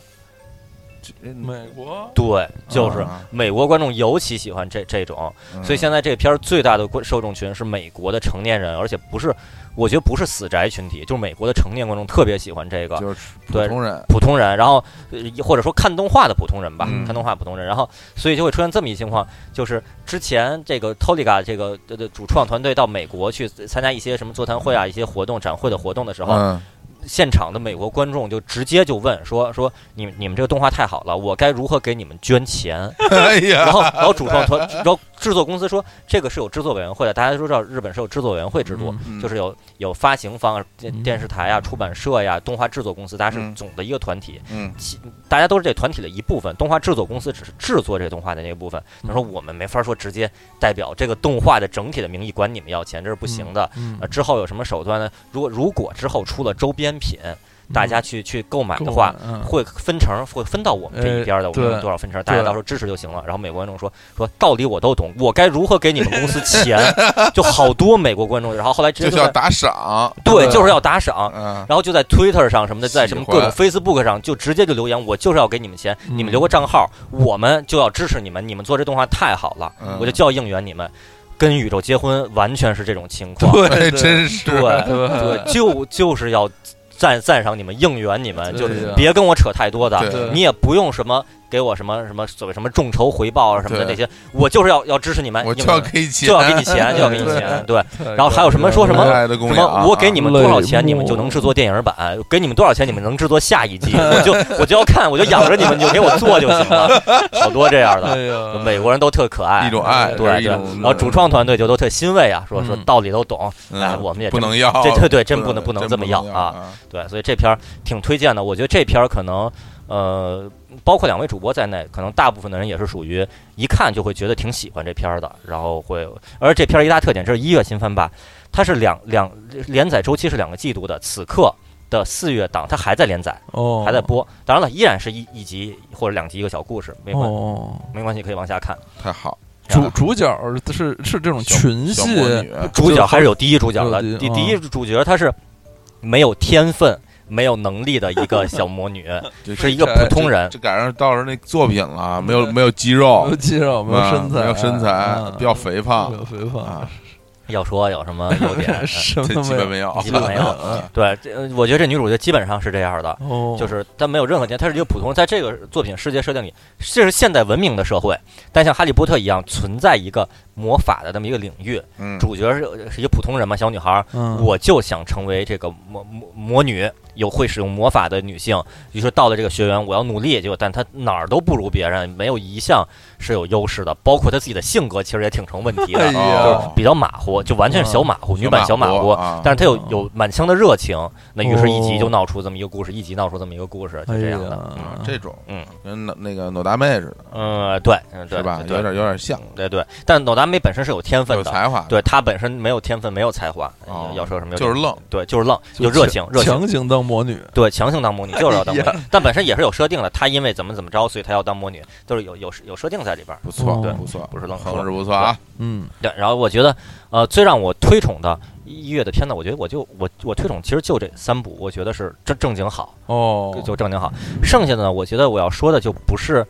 美国对，就是嗯啊美国观众尤其喜欢这这种，嗯所以现在这片儿最大的观受众群是美国的成年人，而且不是，我觉得不是死宅群体，就是美国的成年观众特别喜欢这个嗯就是普对通人普通人，然后呃或者说看动画的普通人吧，嗯看动画普通人，然后所以就会出现这么一情况，就是之前这个 Toliga 这个的主创团队到美国去参加一些什么座谈会啊、一些活动、展会的活动的时候，嗯 (laughs) 现场的美国观众就直接就问说说你们你们这个动画太好了，我该如何给你们捐钱？哎呀，然后然后主创团，然后制作公司说这个是有制作委员会的，大家都知道日本是有制作委员会制度，嗯 (laughs) 就是有有发行方、电嗯电视台呀、出版社呀、动画制作公司，大家是嗯总的一个团体，嗯其大家都是这团体的一部分。动画制作公司只是制作这动画的那个部分。嗯他说我们没法说直接代表这个动画的整体的名义管你们要钱，这是不行的。嗯呃，之后有什么手段呢？如果如果之后出了周边品，大家去去购买的话，，嗯会分成，会分到我们这一边的，我们有对多少分成，大家对到时候支持就行了。然后美国观众说说道理我都懂，我该如何给你们公司钱？就好多美国观众，然后后来直就接是就要在打赏，对，对就是要打赏。嗯，然后就在 Twitter 上什么的，在什么喜欢各种 Facebook 上，就直接就留言，我就是要给你们钱，嗯你们留个账号，我们就要支持你们，你们做这动画太好了，嗯我就就要应援你们。跟宇宙结婚完全是这种情况，对哎对真是呃对嗯对对，就就是要赞赞赏你们，应援你们，就对呀别跟我扯太多的，对你也不用什么给我什么什么所谓什么众筹回报啊什么的那对些，我就是要要支持你们，我就应援要你们给钱，就要给你钱，就要给你对钱，对。然后还有什么说什么爱的供什养么？啊，我给你们多少钱，泪目你们就能制作电影版；给你们多少钱，你们能制作下一季。我就我就要看，我就养着你们，你就给我做就行了。好多这样哎的，呀，美国人都特可爱一。种爱，对这是对，一种然后主创团队就都特欣慰啊，说嗯说道理都懂，嗯哎，我们也不真能要，这对对真不能不能真这不么能要啊啊，对，所以这片儿挺推荐的。我觉得这片儿可能，呃，包括两位主播在内，可能大部分的人也是属于一看就会觉得挺喜欢这片儿的，然后会。而这片儿一大特点，这是一月新番吧，它是两两连载周期是两个季度的，此刻。的四月档，它还在连载，哦还在播。当然了，依然是一一集或者两集一个小故事，没关、哦，没关系，可以往下看。太好，主主角是是这种小群小戏魔女主角还是有第一主角的，有第第一嗯第一主角她是没有天分、没有能力的一个小魔女， (laughs) 这是一个普通人这。赶上到时候那作品了，没有没有肌肉没有，肌肉，嗯没有啊身材，没有身材嗯，比较肥比胖较肥胖，啊，，要说有什么优点 (laughs) 什这么基没本有没有，基本没有啊对，这呃我觉得这女主角基本上是这样的，哦，就是她没有任何天，她是一个普通人，在这个作品世界设定里，这是现代文明的社会，但像哈利波特一样存在一个魔法的那么一个领域。嗯，主角是是一个普通人嘛，小女孩儿，嗯我就想成为这个魔魔魔女，有会使用魔法的女性。于是到了这个学员，我要努力，结果但她哪儿都不如别人，没有一项是有优势的，包括她自己的性格其实也挺成问题哎的。就是呀哦，比较马虎，就完全是小马嗯虎，女版小马虎，啊但是他有哦有满腔的热情，那于是一集哦就闹出这么一个故事，一集闹出这么一个故事，就哎这呀样的。嗯，啊这种，嗯，跟那那个脑大妹似的，嗯，对，嗯，对，是吧？有对，点有点像，对对。但老达美本身是有天分有的，才华，对他本身没有天分，没有才华哦，要说什么就是愣，对，就是愣，就就热情，热情，强行当魔女，对，强行当魔女就是要当魔哎女，但本身也是有设定的，他因为怎么怎么着，所以他要当魔女，就是有有有设定在里边儿。不错，对不错，不是愣横是不错啊，嗯，对，然后我觉得，呃，最让我推崇的一月的片子，我觉得我就我我推崇其实就这三部，我觉得是正正经好，哦就，就正经好。剩下的呢，我觉得我要说的就不是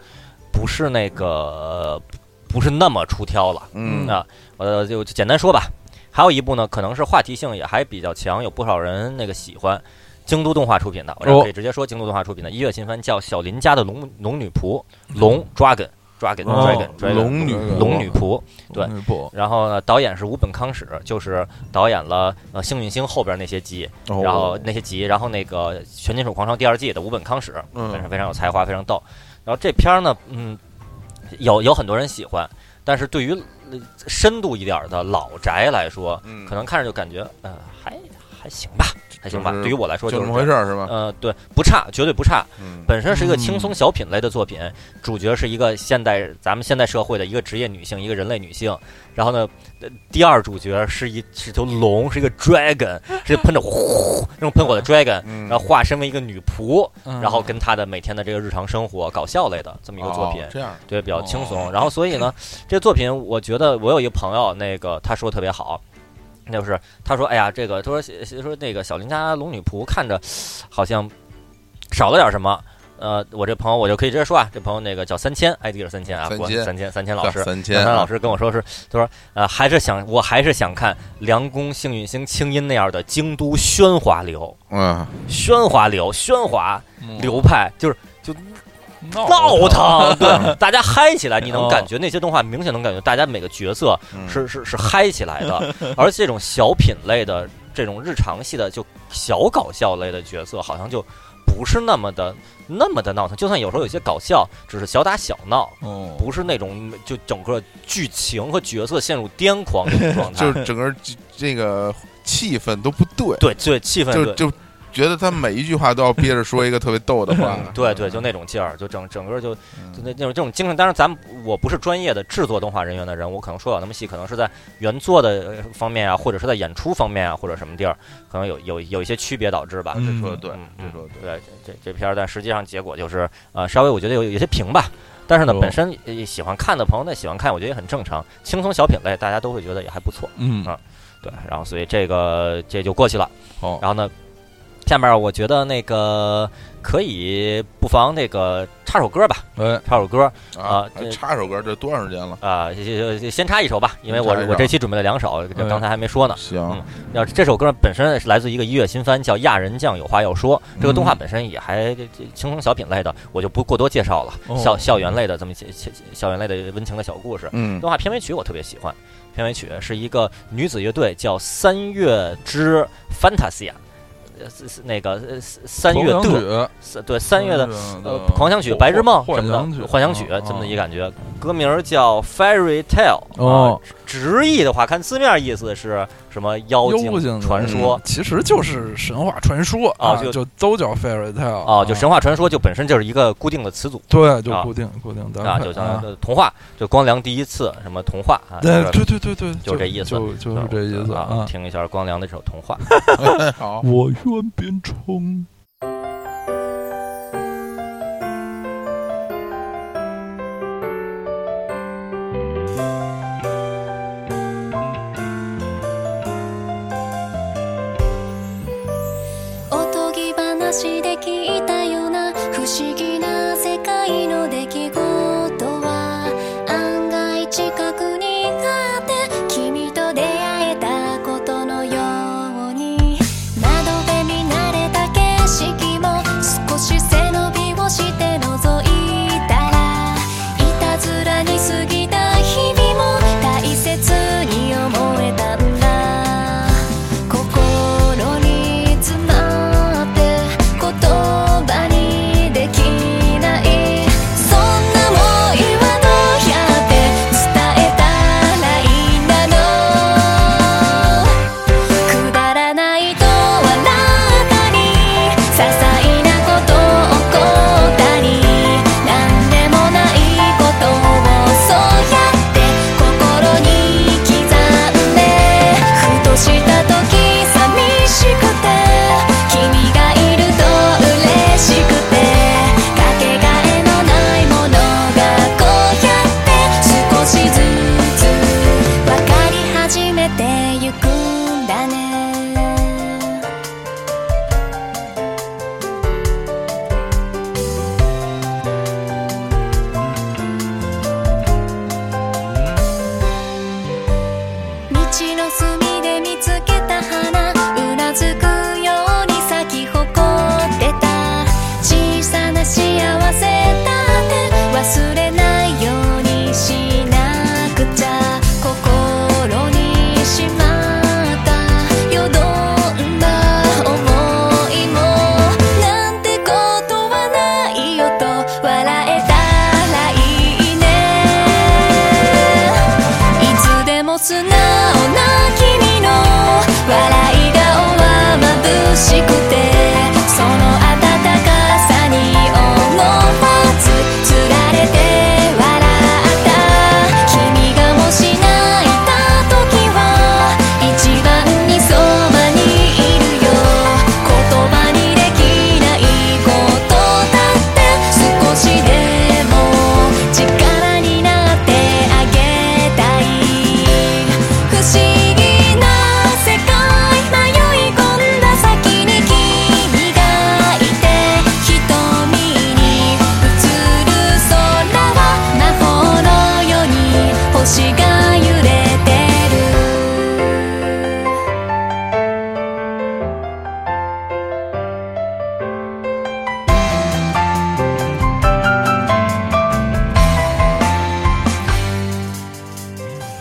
不是那个不是那么出挑了。嗯啊，我就简单说吧。还有一部呢，可能是话题性也还比较强，有不少人那个喜欢。京都动画出品的，我这哦可以直接说，京都动画出品的一月新番叫《小林家的龙龙女仆》，龙 dragon dragon 哦 dragon dragon 哦龙女仆龙女仆，对魔女嗯不，然后呢，导演是吴本康史，就是导演了呃《幸运星》后边那些集，哦然后那些集，然后那个《全金属狂潮》第二季的吴本康史，嗯非常非常有才华，非常逗。然后这片儿呢，嗯，有有很多人喜欢，但是对于呃深度一点儿的老宅来说，嗯可能看着就感觉，呃，还还行吧，还行吧。就是对于我来说就就这是么回事样。儿是吧？呃，对，不差，绝对不差。嗯，本身是一个轻松小品类的作品，主角是一个现代咱们现代社会的一个职业女性，一个人类女性。然后呢，呃第二主角是一是头龙，是一个 dragon，是喷着呼那种喷火的 dragon，嗯然后化身为一个女仆，然然后跟她的每天的这个日常生活搞笑类的这么一个作品哦。这哦样对，比较轻松。然后所 (laughs) 以呢，这作品我觉得我有一个朋友，那个他说得特别好，那就是他说，哎呀，这个他说说那个小林家龙女仆看着好像少了点什么。呃，我这朋友我就可以直接说啊，这朋友那个叫三千，ID 是三千啊，三管千三千三千老师。三三千千老师跟我说是，他说呃，还是想我还是想看梁公、幸运星、清音那样的京都喧哗流、嗯，喧哗流、喧哗流流派，就是闹腾，对，大家嗨起来，你能感觉那些动画明显能感觉，大家每个角色嗯是是是嗨起来 (laughs) 的，而这种小品类的这种日常系的就小搞笑类的角色，好像就不是那么的那么的闹腾，就算有时候有些搞笑，只是小打小闹，哦，不是那种就整个剧情和角色陷入癫狂这种状态，嗯 (laughs) 就是整个这这个气氛都不对，对对气氛就对。，就觉得他每一句话都要憋着说一个特别逗的话嗯对对，就那种劲儿，就整整个就嗯就那那种这种精神，当然咱们我不是专业的制作动画人员的人，我可能说不了那么细，可能是在原作的呃方面啊，或者是在演出方面啊，或者什么地儿，可能有有有一些区别导致吧。这说的对嗯，这说的对。对，这这片儿，但实际上结果就是，呃，稍微我觉得有有些平吧。但是呢，哦本身呃喜欢看的朋友呢，喜欢看，我觉得也很正常。轻松小品类，大家都会觉得也还不错。嗯啊对，然后所以这个这就过去了。好然后呢，下面我觉得那个可以不妨那个插首歌吧，哎插首歌啊啊，这插首歌，这多长时间了？啊、就就就先插一首吧，因为我插一首我这期准备了两首，哎刚才还没说呢。行，要这首歌本身是来自一个音乐新番，叫《亚人酱有话要说》。这个动画本身也还这这轻松小品类的，我就不过多介绍了。哦校校园类的这么一些校校园类的温情的小故事。嗯动画片尾曲我特别喜欢，片尾曲是一个女子乐队叫三月之 Fantasia，呃是是那个呃是三月狂想的曲是对三月的呃呃狂想曲、白日梦什么的，幻啊幻想曲这么一感觉。歌名儿叫 Fairy Tale，哦啊直译的话看字面意思是什么妖妖精嗯啊精传说。其实就是神话传说啊啊，就就都叫 fairy tale 啊哦，就神话传说就本身就是一个固定的词组对，就啊固定固定单啊，位就像呃童话，就光良第一次什么童话啊，对是吧对对对对，就这意思就就是这意思啊啊。。听一下光良那首《童话》。 (laughs) 好，我愿变成おとぎ話で聞いたような不思議な世界の出来事は案外近くにあって君と出会えたことのように窓辺見慣れた景色も少し背伸びをして覗いたらいたずらに過ぎた日々も大切に思えたんだ心に詰まって言葉にできないそんな想いはどうやって伝えたらいいんだろうくだらないと笑ったり些細なこと起こったりなんでもないことをそうやって心に刻んでふとした時寂しくて君がいると嬉しくてかけがえのないものがこうやって少しずつ分かり始めてゆくんだね道の隅で見つけた花うなずくように咲き誇ってた小さな幸せだって忘れないようにしなくちゃ心にしまったよどんだ想いもなんてことはないよと笑えたらいいねいつでも素直な君の笑い顔は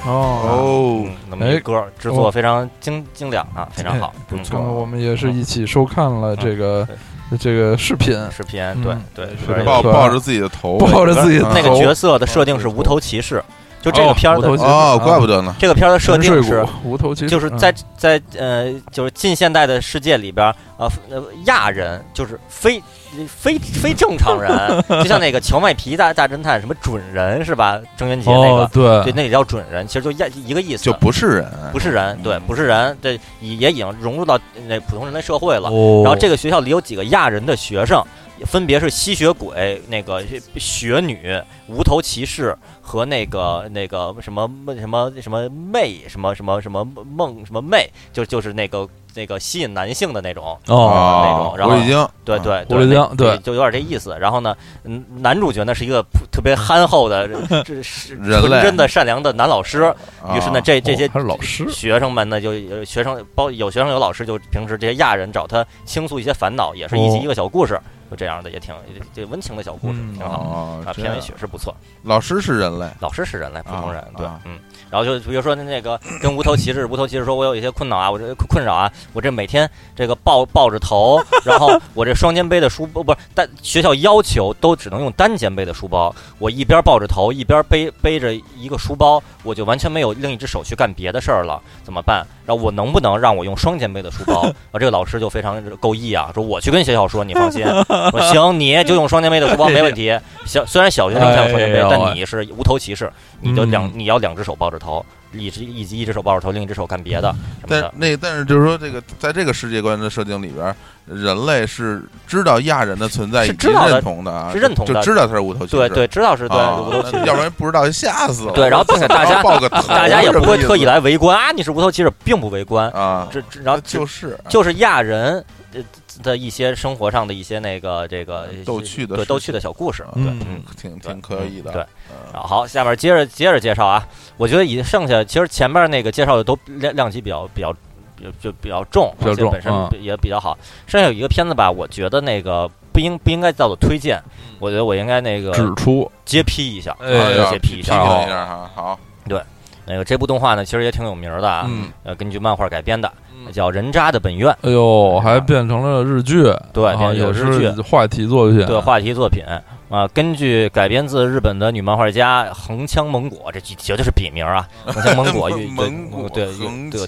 哦哦嗯嗯歌，制作非常精精良啊，非常好，哎不嗯错。哦我们也是一起收看了这个嗯这个视频，视频，对嗯对，是歌的也抱是吧抱着自己的头，嗯抱着自己的那个头啊角色的设定是无头骑士，就这个哦片儿无头的骑士哦，怪不得呢。这个片儿的设陈定水是谷无头骑嗯士，就是在在呃，就是近现代的世界里边儿，呃，呃亚人就是非非非正常 (laughs) 人，就像那个荞麦皮大大侦探什么准人是吧？郑渊洁嗯那哦个，对，对，那也叫准人，其实就亚一个意思，就不是人，不是人，对，不是人，这已也已经融入到那普通人的社会了。哦然后这个学校里有几个亚人的学生，分别是吸血鬼、那个雪女、无头骑士和那个那个什么什么什么妹什么什么什么梦什么妹，就就是那个那个吸引男性的那种，哦，那啊种，然后我已经对对狐对，狸那精对就有点这意思。然后呢，嗯男主角呢是一个普特别憨厚的、 (laughs) 这这是人纯类真的、善良的男老师。啊嗯于哦是呢，这这些还是老师学生们呢，就有学生包有学生有老师，就平时这些亚人找他倾诉一些烦恼，也是一集哦一个小故事，就这样的也挺也这温情的小故事，嗯挺好。哦啊，，这片样尾曲是不错，老师是人类，老师是人类，普通人，啊对啊，嗯，然后就比如说那个跟无头骑士，无头骑士说我有一些困扰啊，我 (laughs) 这困困扰啊，我这每天这个抱抱着头， (laughs) 然后我这双肩背的书包不是，但学校要求都只能用单肩背的书包，我一边抱着头一边背背着一个书包，我就完全没有另一只手去干别的事儿了，怎么办？然后我能不能让我用双肩背的书包？ (laughs) 啊，这个老师就非常够意啊，说我去跟学校说，你放心，我说行，你就用双肩背的书包没问题。小虽然小学生才用双肩背哎，呦但你是无头骑士，你就两嗯你要两只手抱着头，一只以及一只手抱着头，另一只手干别的嗯什么但的。那但是就是说，这个在这个世界观的设定里边，人类是知道亚人的存在是以及知道的认同的啊，是认同的就知道他是无头骑对士，对，知道是 (laughs) 对啊无头骑士，要不然不知道吓死了。对，然后并且大然后家抱个头，大家也不会特意来来围观啊，你是无头骑士，并不围观。啊，这这然后就啊就是就是亚人呃的一些生活上的一些那个这个逗趣的对事逗趣的小故事，对，嗯嗯。挺对挺可以的，嗯对嗯，啊，好，下面接着接着介绍啊。我觉得以剩下其实前面那个介绍的都量量级比较比较比较就比较重，比较而且重本身啊也比较好。剩下有一个片子吧，我觉得那个不应不应该叫做推荐，我觉得我应该那个指出，接批一下，哎呀啊呀接批批一评下。一下哈，好，那个这部动画呢，其实也挺有名儿的啊，嗯，呃，根据漫画改编的，嗯叫《人渣的本愿》，哎呦，还变成了日剧，对啊变成也有日剧是话题作品，对话题作品啊，根据改编自日本的女漫画家横枪蒙果，这绝对是笔 (laughs) 名啊，横枪蒙果蒙与对蒙果对横对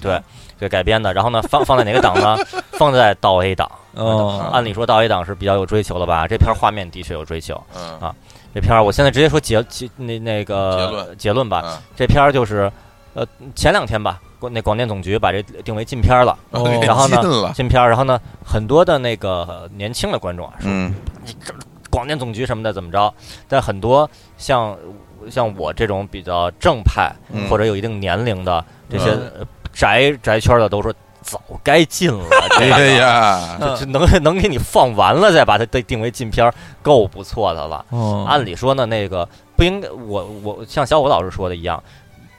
枪对对对改编的。然后呢，放放在哪个档 (laughs) 呢？放在倒 A 档。哦啊嗯，按理说倒 A 档是比较有追求的吧？这片儿画面的确有追求。嗯啊这片儿我现在直接说结结那那个结论吧，啊，这片儿就是呃前两天吧，广那广电总局把这定为禁片儿了， (laughs) 哦给然后呢禁了，禁片儿。然后呢，很多的那个呃年轻的观众啊，说嗯，广电总局什么的怎么着，但很多像像我这种比较正派、嗯或者有一定年龄的这些嗯呃宅宅圈的都说早该禁了，这哎个呀，这这能能给你放完了再把它定为禁片儿，够不错的了。嗯，按理说呢，那个不应该，我我像小虎老师说的一样。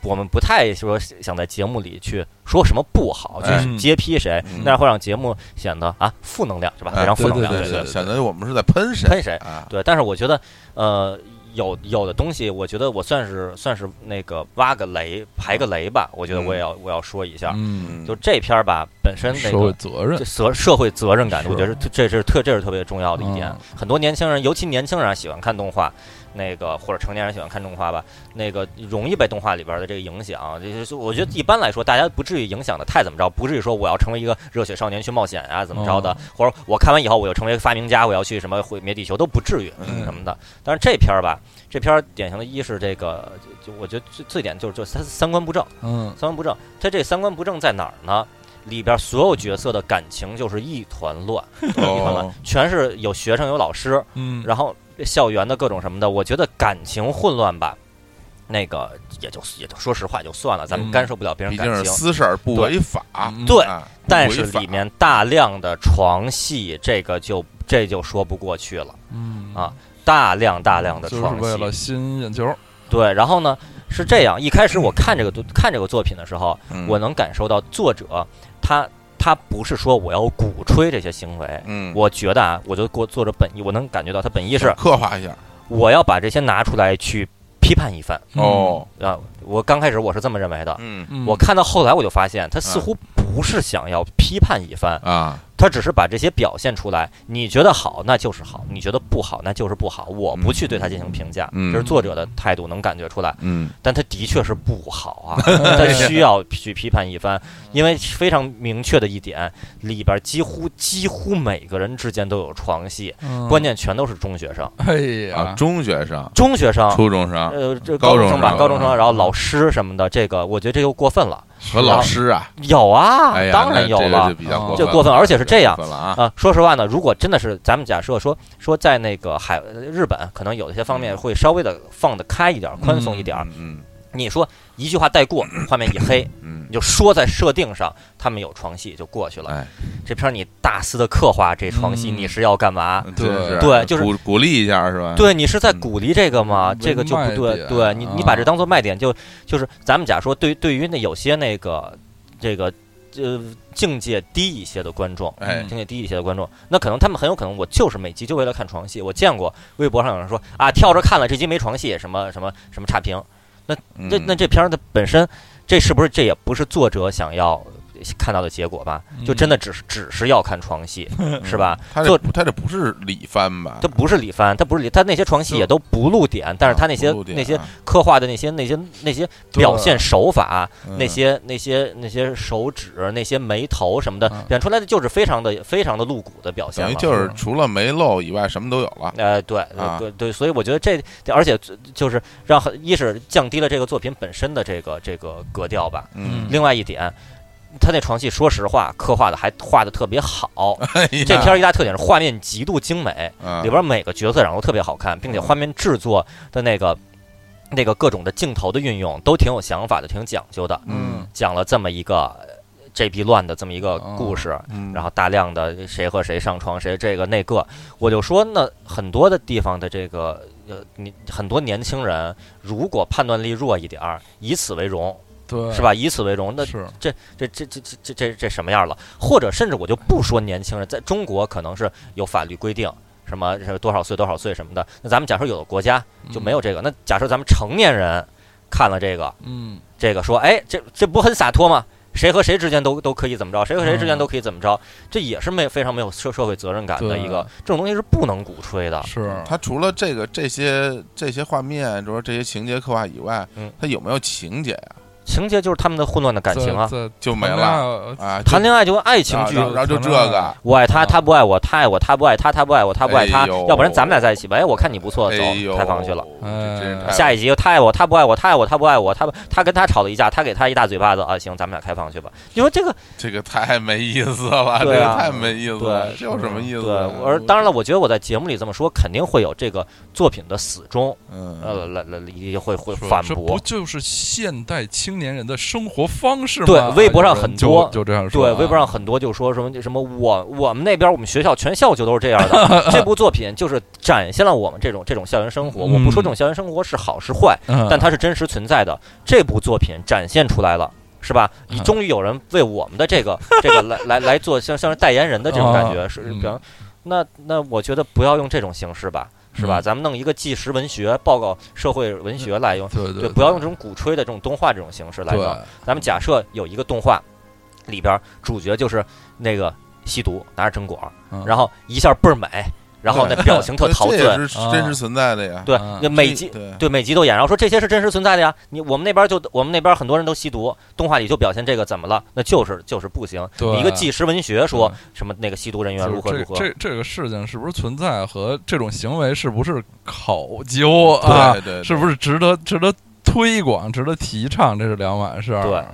我们不太说想在节目里去说什么不好，哎去揭批谁，嗯那样会让节目显得啊负能量是吧？非常负能量，对对对对对显得我们是在喷谁喷谁？啊，对，但是我觉得，呃，有有的东西，我觉得我算是算是那个挖个雷排个雷吧，我觉得我也要、我要说一下，嗯，嗯就这篇儿吧，本身那社会个责任这，责社会责任感，是我觉得这这是特这是特别重要的一点嗯。很多年轻人，尤其年轻人啊喜欢看动画，那个或者成年人喜欢看动画吧，那个容易被动画里边的这个影响。就是我觉得一般来说，大家不至于影响的太怎么着，不至于说我要成为一个热血少年去冒险啊怎么着嗯的，或者我看完以后我要成为发明家，我要去什么毁灭地球都不至于嗯什么的。但是这篇儿吧，这篇儿典型的一是这个，就就我觉得最最点就是就是三三观不正。嗯，三观不正，他这三观不正在哪儿呢？里边所有角色的感情就是一团乱，一团乱哦，，全是有学生有老师，嗯，然后校园的各种什么的，我觉得感情混乱吧，那个也就也就说实话就算了，咱们嗯干涉不了别人毕感竟是情。私事儿不违法，嗯对啊但不是违法里面大量的床戏，这个就这就说不过去了，嗯啊大量大量的就是床戏，为了吸引眼球，对。然后呢是这样，一开始我看这个看这个作品的时候，嗯我能感受到作者他他不是说我要鼓吹这些行为，嗯，我觉得啊，我就过作者本意，我能感觉到他本意是刻画一下，我要把这些拿出来去批批判一番哦，啊。我刚开始我是这么认为的，嗯嗯我看到后来我就发现，他似乎不是想要批判一番，啊，他只是把这些表现出来。你觉得好，那就是好；你觉得不好，那就是不好。我不去对他进行评价，嗯这是作者的态度，能感觉出来。嗯但他的确是不好啊，他需要去批判一番，因为非常明确的一点，里边几乎几乎每个人之间都有床戏，嗯关键全都是中学生，哎啊，呀，中学生、中学生。初中生嗯呃，这高高中中生吧，生啊嗯高中生，然后老师什么的，这个我觉得这又过分了。和老师啊，有啊哎，呀，当然那有这个了就比较啊过这分了，过分而且是这样过分了啊，啊。说实话呢，如果真的是咱们假设说说在那个海呃日本，可能有一些方面会稍微的放得开一点，宽松一点儿。嗯你说一句话带过，画面一黑，嗯你就说在设定上他们有床戏就过去了。哎这片儿你大肆的刻画这床戏，嗯你是要干嘛？嗯，真是啊对就是鼓鼓励一下是吧？对，你是在鼓励这个吗？嗯这个就不为卖对。点对你，你啊把这当做卖点，就就是咱们假说，对于对于那有些那个这个呃境界低一些的观众，哎嗯境界低一些的观众，那可能他们很有可能，我就是每集就为了看床戏。我见过微博上有人说啊，跳着看了这集没床戏，什么什么什么差评。嗯那那这片儿的本身，这是不是这也不是作者想要看到的结果吧？就嗯真的只是只是要看床 (laughs) 戏，是吧？他这做不他这不是李帆吧？他不是李帆，他不是李，他那些床戏就也都不露点，但是他那些啊不露点那些啊刻画的那些那些那些对表现手法，嗯那些那些那些手指、那些眉头什么的嗯，演出来的就是非常的非常的露骨的表现等于了。就是除了没漏以外，什么都有了。呃，对，啊呃对对，所以我觉得这，而且就是让很一是降低了这个作品本身的这个这个格调吧，嗯，另外一点，他那床戏，说实话，刻画的还画的特别好。哎呀这片儿一大特点是画面极度精美，啊里边每个角色长得都特别好看，并且画面制作的那个那个各种的镜头的运用都挺有想法的，挺讲究的。嗯讲了这么一个 JB 乱的这么一个故事，嗯然后大量的谁和谁上床，谁这个那个，我就说那很多的地方的这个呃，你很多年轻人如果判断力弱一点儿，以此为荣对是？吧？以此为荣，那是这这这这这这这什么样了？或者甚至我就不说年轻人，在中国可能是有法律规定，什么是多少岁多少岁什么的。那咱们假设有的国家就没有这个，那假设咱们成年人看了这个，嗯这个说，哎，这这不很洒脱吗？谁和谁之间都都可以怎么着，谁和谁之间都可以怎么着，这也是没非常没有社社会责任感的一个对这种东西是不能鼓吹的。是他除了这个这些这些画面，就是这些情节刻画以外嗯，他有没有情节呀？情节就是他们的混乱的感情啊，在在就没谈了恋爱啊，就谈恋爱就跟爱情啊剧然后然后就这谈个，我爱他，他不爱我；他爱我，他不爱他；他不爱我，他不爱他啊哎呦。要不然咱们俩在一起吧？哎，我看你不错，走哎呦，，开房去了。这真是太哎下一集又他爱我，他不爱我，他爱我，他不爱我，他不他跟他吵了一架，他给他一大嘴巴子啊！行，咱们俩开房去吧。你说这个这个太没意思了，这对个啊太没意思了，对这有什么意对，思啊？我而当然了，我觉得我在节目里这么说，肯定会有这个作品的死忠，嗯，呃，来来也会会说反这驳不。就是现代青年人的生活方式吗？对微博上有人很就多就这样说对，啊，微博上很多就说什么什么我我们那边我们学校全校就都是这样 (laughs) 的。这部作品就是展现了我们这种这种校园生活。我不说这种校园生活是好是坏，嗯，但它是真实存在的。这部作品展现出来了，是吧？你嗯终于有人为我们的这个 (laughs) 这个来来来做像像是代言人的这种感觉，啊是嗯比方，那那我觉得不要用这种形式吧，是吧？嗯咱们弄一个纪实文学报告社会文学来用，对对，不要用这种鼓吹的这种动画这种形式来对弄。咱们假设有一个动画，里边主角就是那个吸毒拿着针管儿，嗯然后一下倍儿美，然后那表情 (laughs) 特那陶这醉，也是啊真实存在的呀。对嗯，那每集对对每集都演，然后说这些是真实存在的呀。你我们那边就我们那边很多人都吸毒，动画里就表现这个怎么了？那就是就是不行。对嗯一个纪实文学说什么那个吸毒人员如何就是如何，这这这个事情是不是存在和这种行为是不是考究啊对？对，是不是值得值得推广、值得提倡？这是两码事儿。对啊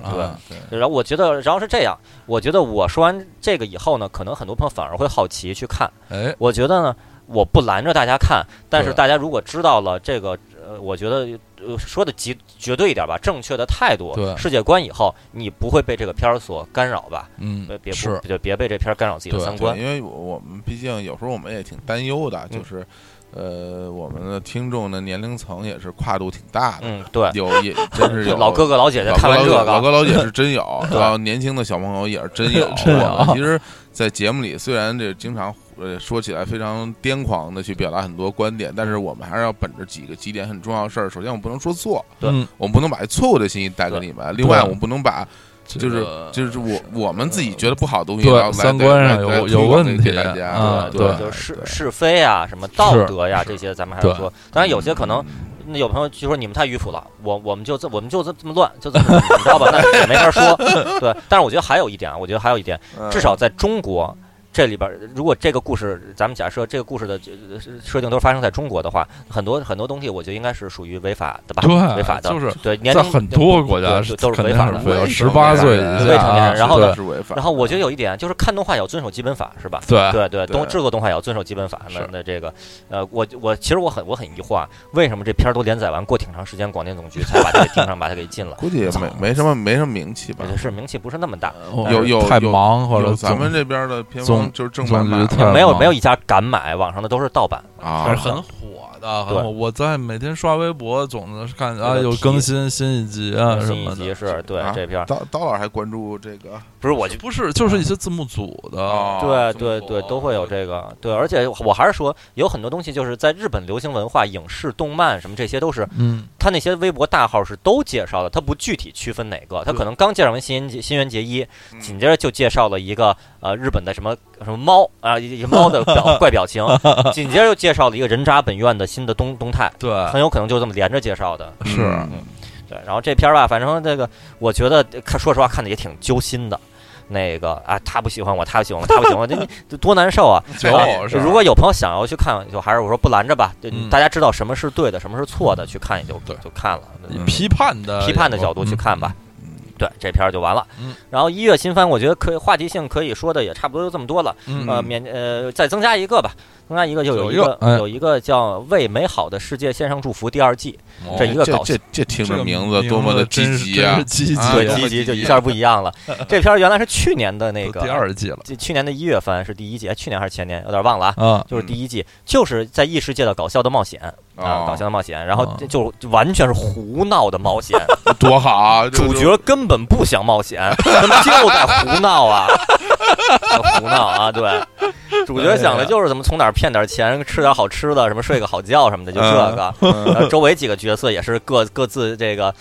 对然后我觉得，然后是这样，我觉得我说完这个以后呢，可能很多朋友反而会好奇去看。哎，我觉得呢，我不拦着大家看，但是对大家如果知道了这个，呃，我觉得、呃、说的极绝对一点吧，正确的态度对、世界观以后，你不会被这个片儿所干扰吧？呃嗯别，别是不就别被这片儿干扰自己的对三对，观。因为我我们毕竟有时候我们也挺担忧的，嗯就是呃，我们的听众的年龄层也是跨度挺大的，嗯，对， (laughs) 有也真是有老哥哥老姐姐老看哥老完这姐 (laughs) 老个，哥老姐是真有，然后年轻的小朋友也是真有。真有我们其实，在节目里虽然这经常呃说起来非常癫狂的去表达很多观点，但是我们还是要本着几个几点很重要的事儿。首先，我们不能说错，对嗯我们不能把错误的信息带给你们。另外，我们不能把这就是个就是我我们自己觉得不好的东西，对然后来三观上来有来有推广给问题给大家啊对对就是是是非啊，什么道德呀这些，咱们还要对说。当然有些可能。那有朋友就说你们太迂腐了，我我们就这我们就这这么乱，就这么你知道吧？那也没法 (laughs) 说。对，但是我觉得还有一点啊，我觉得还有一点，嗯嗯至少在中国这里边儿，如果这个故事，咱们假设这个故事的呃设定都是发生在中国的话，很多很多东西，我觉得应该是属于违法的吧？对违法的，就是对年在龄很多国家对是都是肯违定法是的。违法，未成十八年岁人以未下成年啊人然后对呢是违法。然后我觉得有一点啊就是看动画也要遵守基本法，是吧？对对对，对动制作动画也要遵守基本法。那是那这个，呃，我我其实我很我很疑惑，啊，为什么这片儿都连载完过挺长时间，广电总局才把这个盯上，把它给禁 (laughs) 了？估计也没没什么没什么名气吧也。是名气不是那么大，我有有太有忙或有者咱们总这边的偏总方就是正版总版觉得没有太没有一家敢买，网上的都是盗版。啊还是，很火的。对我我在每天刷微博，总是看啊这个有题更新新一集啊什新一么集的。是对啊这片儿刀刀老师还关注这个不是我就不是，就是一些字幕组的，哦对中对对，国都会有这个。对，而且我还是说，有很多东西就是在日本流行文化、影视、动漫什么这些，都是嗯，他那些微博大号是都介绍的，他不具体区分哪个，他可能刚介绍完新垣结新垣结衣，嗯紧接着就介绍了一个呃日本的什么什么猫啊，一一猫的 (laughs) 表怪表情，紧接着又介绍了一个人渣本院的新的动动态，对，很有可能就这么连着介绍的。是嗯对，然后这片儿吧，反正这个我觉得看，说实话看的也挺揪心的。那个啊，他不喜欢我，他不喜欢我，他不喜欢我， (laughs) 这这多难受啊！就是如果有朋友想要去看，就还是我说不拦着吧，就嗯大家知道什么是对的，什么是错的，去看也就对就看了。以批判的呃批判的角度去看吧。嗯对，这片儿就完了。嗯然后一月新番，我觉得可以话题性可以说的也差不多就这么多了。嗯，呃，嗯，免呃再增加一个吧，增加一个就有一有一个个哎有一个叫《为美好的世界献上祝福》第二季，嗯这哦一个这搞这这听这着个名字多么的积真是极啊真是！积极啊对有积个极就第一一下不一 (laughs) 样了。这片儿原来是去年的那个第二季了这去年的一月份是第一季，哎，去年还是前年，有点忘了啊。啊，就是第一季，就是在异世界的搞笑的冒险啊，哦搞笑的冒险，然后哦这就就完全是胡闹的冒险，多好啊！这主角根本不想冒 (laughs) 险，他们就在胡闹啊，胡闹啊，对。主角想的就是怎么从哪儿骗点钱，吃点好吃的，什么睡个好觉什么的，就这个。嗯然后周围几个角色也是各各自这个，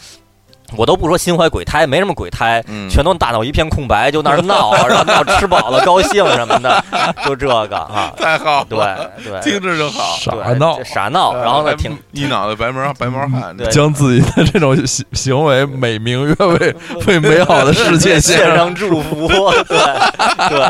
我都不说心怀鬼胎，没什么鬼胎，嗯全都大脑一片空白，就那儿闹，啊然后闹吃饱了高兴什么的，就这个啊， (laughs) 太好对了，对，听着就好。傻对闹这，傻闹， (laughs) 嗯然后呢，挺一脑袋白毛白毛汗， (laughs) 对将自己的这种行行为美名曰 (laughs) 为为美好的世界献献上。上祝福，对对，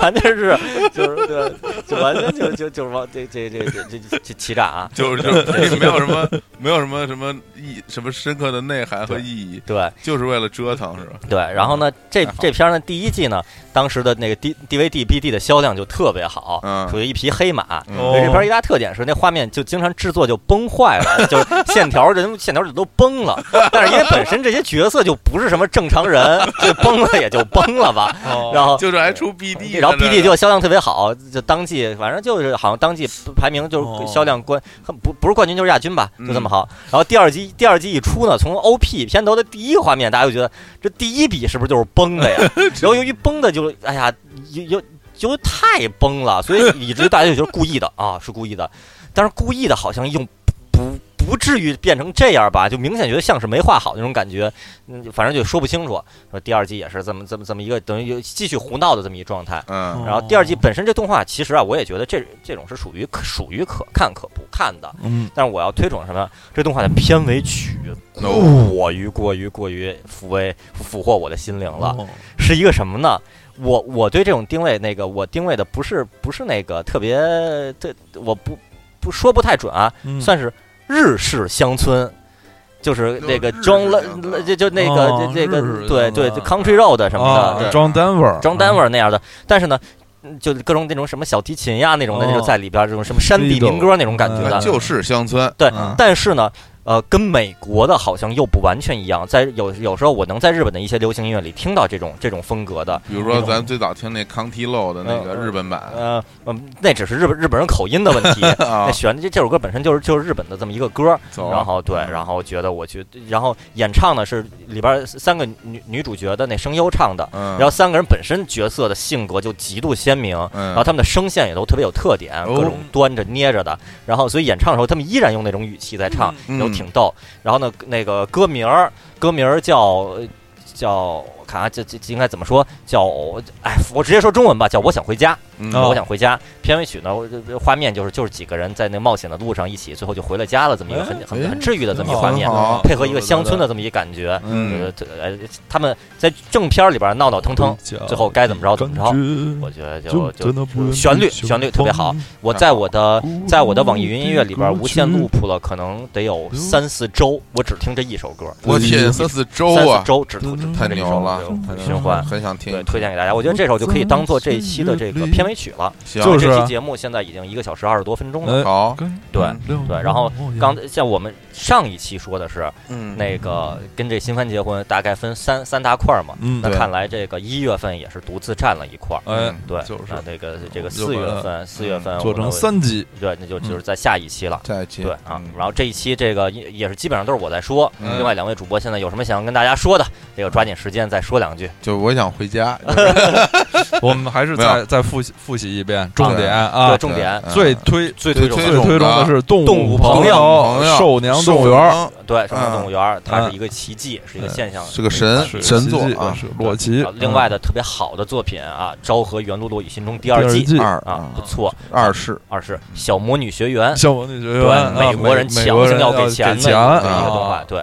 完全是就是对，就完全就就就是往这这这这这这这欺诈啊， (laughs) 就是就是没有什么没有什么什么意什么深刻的内涵和意义，对就是为了折腾是吧？对，然后呢，这太好这片儿呢第一季呢，当时的那个 D DVD BD 的销量就特别好，嗯属于一匹黑马。嗯哦对这片儿一大特点是，那画面就经常制作就崩坏了，就是线条儿人线条儿就都崩了。但是因为本身这些角色就不是什么正常人，所以崩了也就崩了吧。哦然后就是还出 BD，然后呢 BD 就销量特别好，就当季反正就是好像当季排名就是哦销量冠、很不不是冠军就是亚军吧，嗯就这么好。然后第二季第二季一出呢，从 OP 片头的第一个画面，大家就觉得这第一笔是不是就是崩的呀？然后由于崩的就哎呀，有有就太崩了，所以以至于大家就觉得故意的啊，是故意的，但是故意的好像用不。不至于变成这样吧？就明显觉得像是没画好那种感觉，嗯，反正就说不清楚。说第二季也是这么这么这么一个等于有继续胡闹的这么一状态。嗯然后第二哦季本身这动画其实啊，我也觉得这这种是属于可属于可看可不看的。嗯，但是我要推崇什么？这动画的片尾曲过于过于过于抚慰俘获我的心灵了，哦是一个什么呢？我我对这种定位，那个我定位的不是不是那个特别，这我不不说不太准啊，嗯算是日式乡村，就是那个日式乡 John Le 村就就那个哦就这日个式对乡对村就 Country Road 什么啊的， ，John Denver，装单位那样的，但是呢，嗯就各种那种什么小提琴呀那种的，哦那就在里边儿这种什么山地 Freedom 民歌那种感觉嗯的，就是乡村，对嗯。但是呢，呃，跟美国的好像又不完全一样。在有有时候我能在日本的一些流行音乐里听到这种这种风格的，比如说咱最早听那康提漏的那个日本版呃，嗯，那只是日本日本人口音的问题。 (laughs) 啊那，选这这首歌本身就是就是日本的这么一个歌，走然后对，然后觉得我去，然后演唱的是里边三个女女主角的那声优唱的，嗯，然后三个人本身角色的性格就极度鲜明，嗯然后他们的声线也都特别有特点，哦各种端着捏着的，然后所以演唱的时候他们依然用那种语气在唱，嗯都挺逗。然后呢，那个歌名儿歌名儿叫呃叫我看啊，这这这应该怎么说？叫哎，我直接说中文吧，叫我想回家。嗯哦我想回家。片尾曲呢，我这这画面就是就是几个人在那冒险的路上一起，最后就回了家了，这么一个很哎很很治愈的这么一个画挺，面好配合一个乡村的这么一感觉。嗯呃，这呃他们在正片里边闹闹腾腾，嗯最后该怎么着怎么着。我着，觉得就就就真的不能旋律去寻旋律特别好访。我在我的嗯在我的网易云音乐里边嗯无限 loop 了，可能得有三四周，我只听这一首歌，我天，三四周三啊四，周只听只听嗯太这一牛首了歌太循环。很想听对，，推荐给大家。我觉得这首就可以当做这一期的这个片尾曲了。行，嗯就是这期啊节目现在已经一个小时二十多分钟了。哎好，对对对然后嗯刚像我们上一期说的是嗯，那个跟这新番结婚，大概分三三大块儿嘛。嗯那对看来这个一月份也是独自占了一块儿。哎嗯对，就是那这个这个就四把月它份，四月嗯份做我成们三 (laughs) 集，对，那就就是在下一期了。下一期对啊嗯，然后这一期这个也也是基本上都是我在说，嗯另外两位主播现在有什么想要跟大家说的，这个抓紧时间再说两句。就我想回家，我们还是没有再再复习复习一遍重点对，啊， (laughs) 重点嗯最推最最推崇推最崇推崇的的是动动物物朋友朋友友寿娘动物园儿，对《中国动物园》，它嗯是一个奇迹，是一个对现象，是个神是神作奇迹啊，是洛奇啊。另外的特别好的作品啊，《昭和元露露与心中》第第二季季二啊，不错。二世，二是《小魔女学园》，小魔女学对院，啊美国人强美国行人要给给钱的一个啊一个动画，对。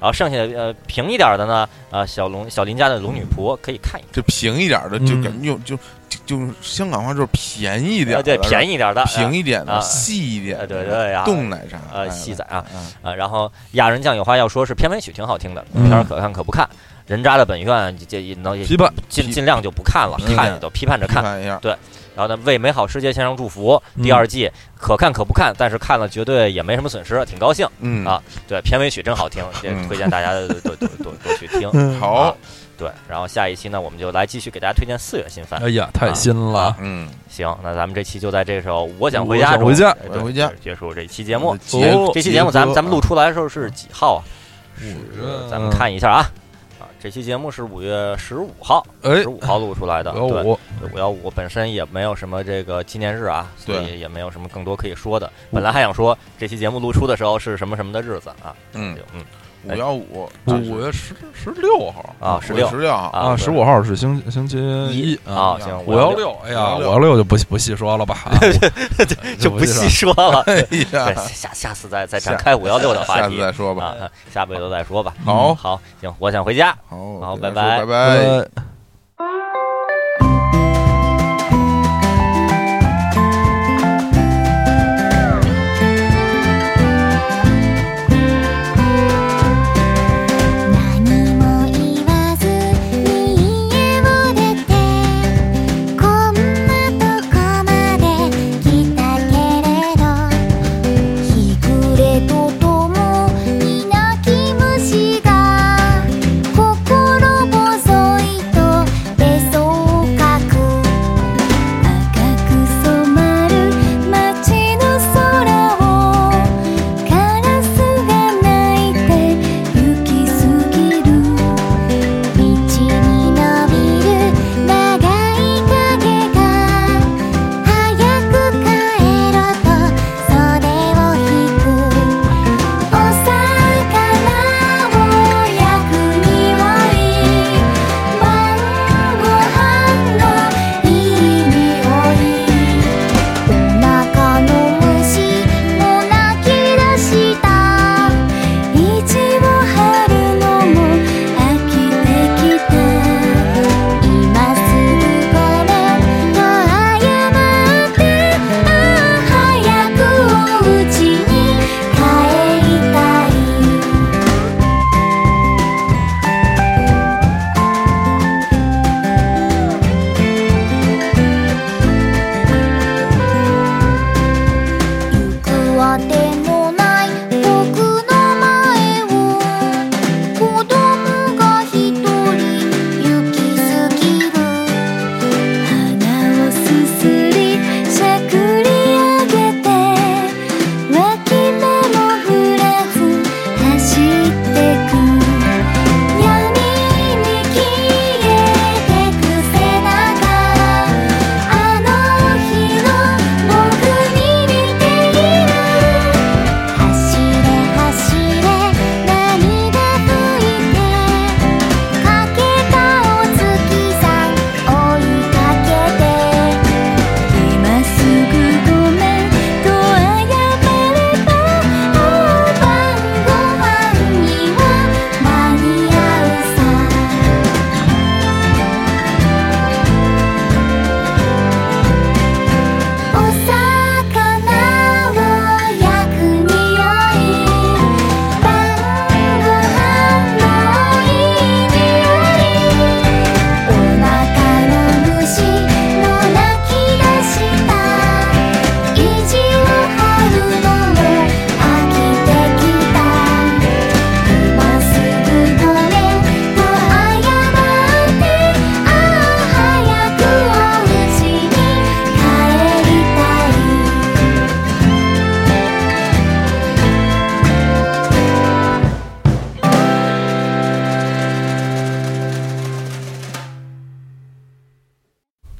然后剩下的呃平一点的呢，呃小龙小林家的龙女仆可以看一看。这平一点儿的就嗯感觉就就就香港话就是便宜点呃儿对的，便宜宜一点的，平宜一点啊的，细一点的，对对呀冻奶茶呃细仔啊，嗯啊，然后《亚人酱有话要说》是片尾曲挺好听的，嗯片儿可看可不看。人渣的本愿这也能也批判尽尽量就不看了，批判看也就批判着批看。判一下，然后呢，为美好世界献上祝福嗯第二季可看可不看，但是看了绝对也没什么损失，挺高兴。嗯啊对，片尾曲真好听，也嗯推荐大家都都都都都去听。嗯好啊，对，然后下一期呢，我们就来继续给大家推荐四月新番 (laughs) 哎。呀，太新了啊！嗯，行，那咱们这期就在这首《我想回我家》想中，回家哎对我回家嗯对结束这期节目。结嗯哦这期节目咱们咱们录出出来的时候是几号啊？五是月咱们看一下啊。啊，这期节目是五月十五号，哎十，五号录出来的。五对，五五幺五本身也没有什么这个纪念日啊，所对以也没有什么更多可以说的。本来还想说这期节目录出的时候是什么什么的日子啊，嗯就嗯五幺五五月十十六号啊哎十六十六号啊啊，对十五号是星星期一啊，嗯行五幺幺六，哎呀， 516五幺六就不不细 (laughs) 说了吧，啊就不细说了。哎对， (laughs) 呀，下下次再再下展开五幺六的话下题次再说吧。啊，下辈子再说吧。好好，行，我想回家。好好跟大拜家说拜拜。呃何も言わずに家を出てこんなとこまで来たけれど日暮れとともに泣き虫が心細いと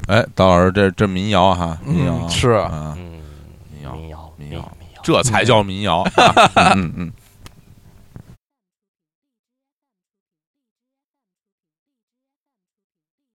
哎，倒是这这民谣哈，民谣嗯是啊，嗯，民谣民谣，民民谣谣，民谣。 (laughs) 这才叫民谣。啊嗯嗯嗯，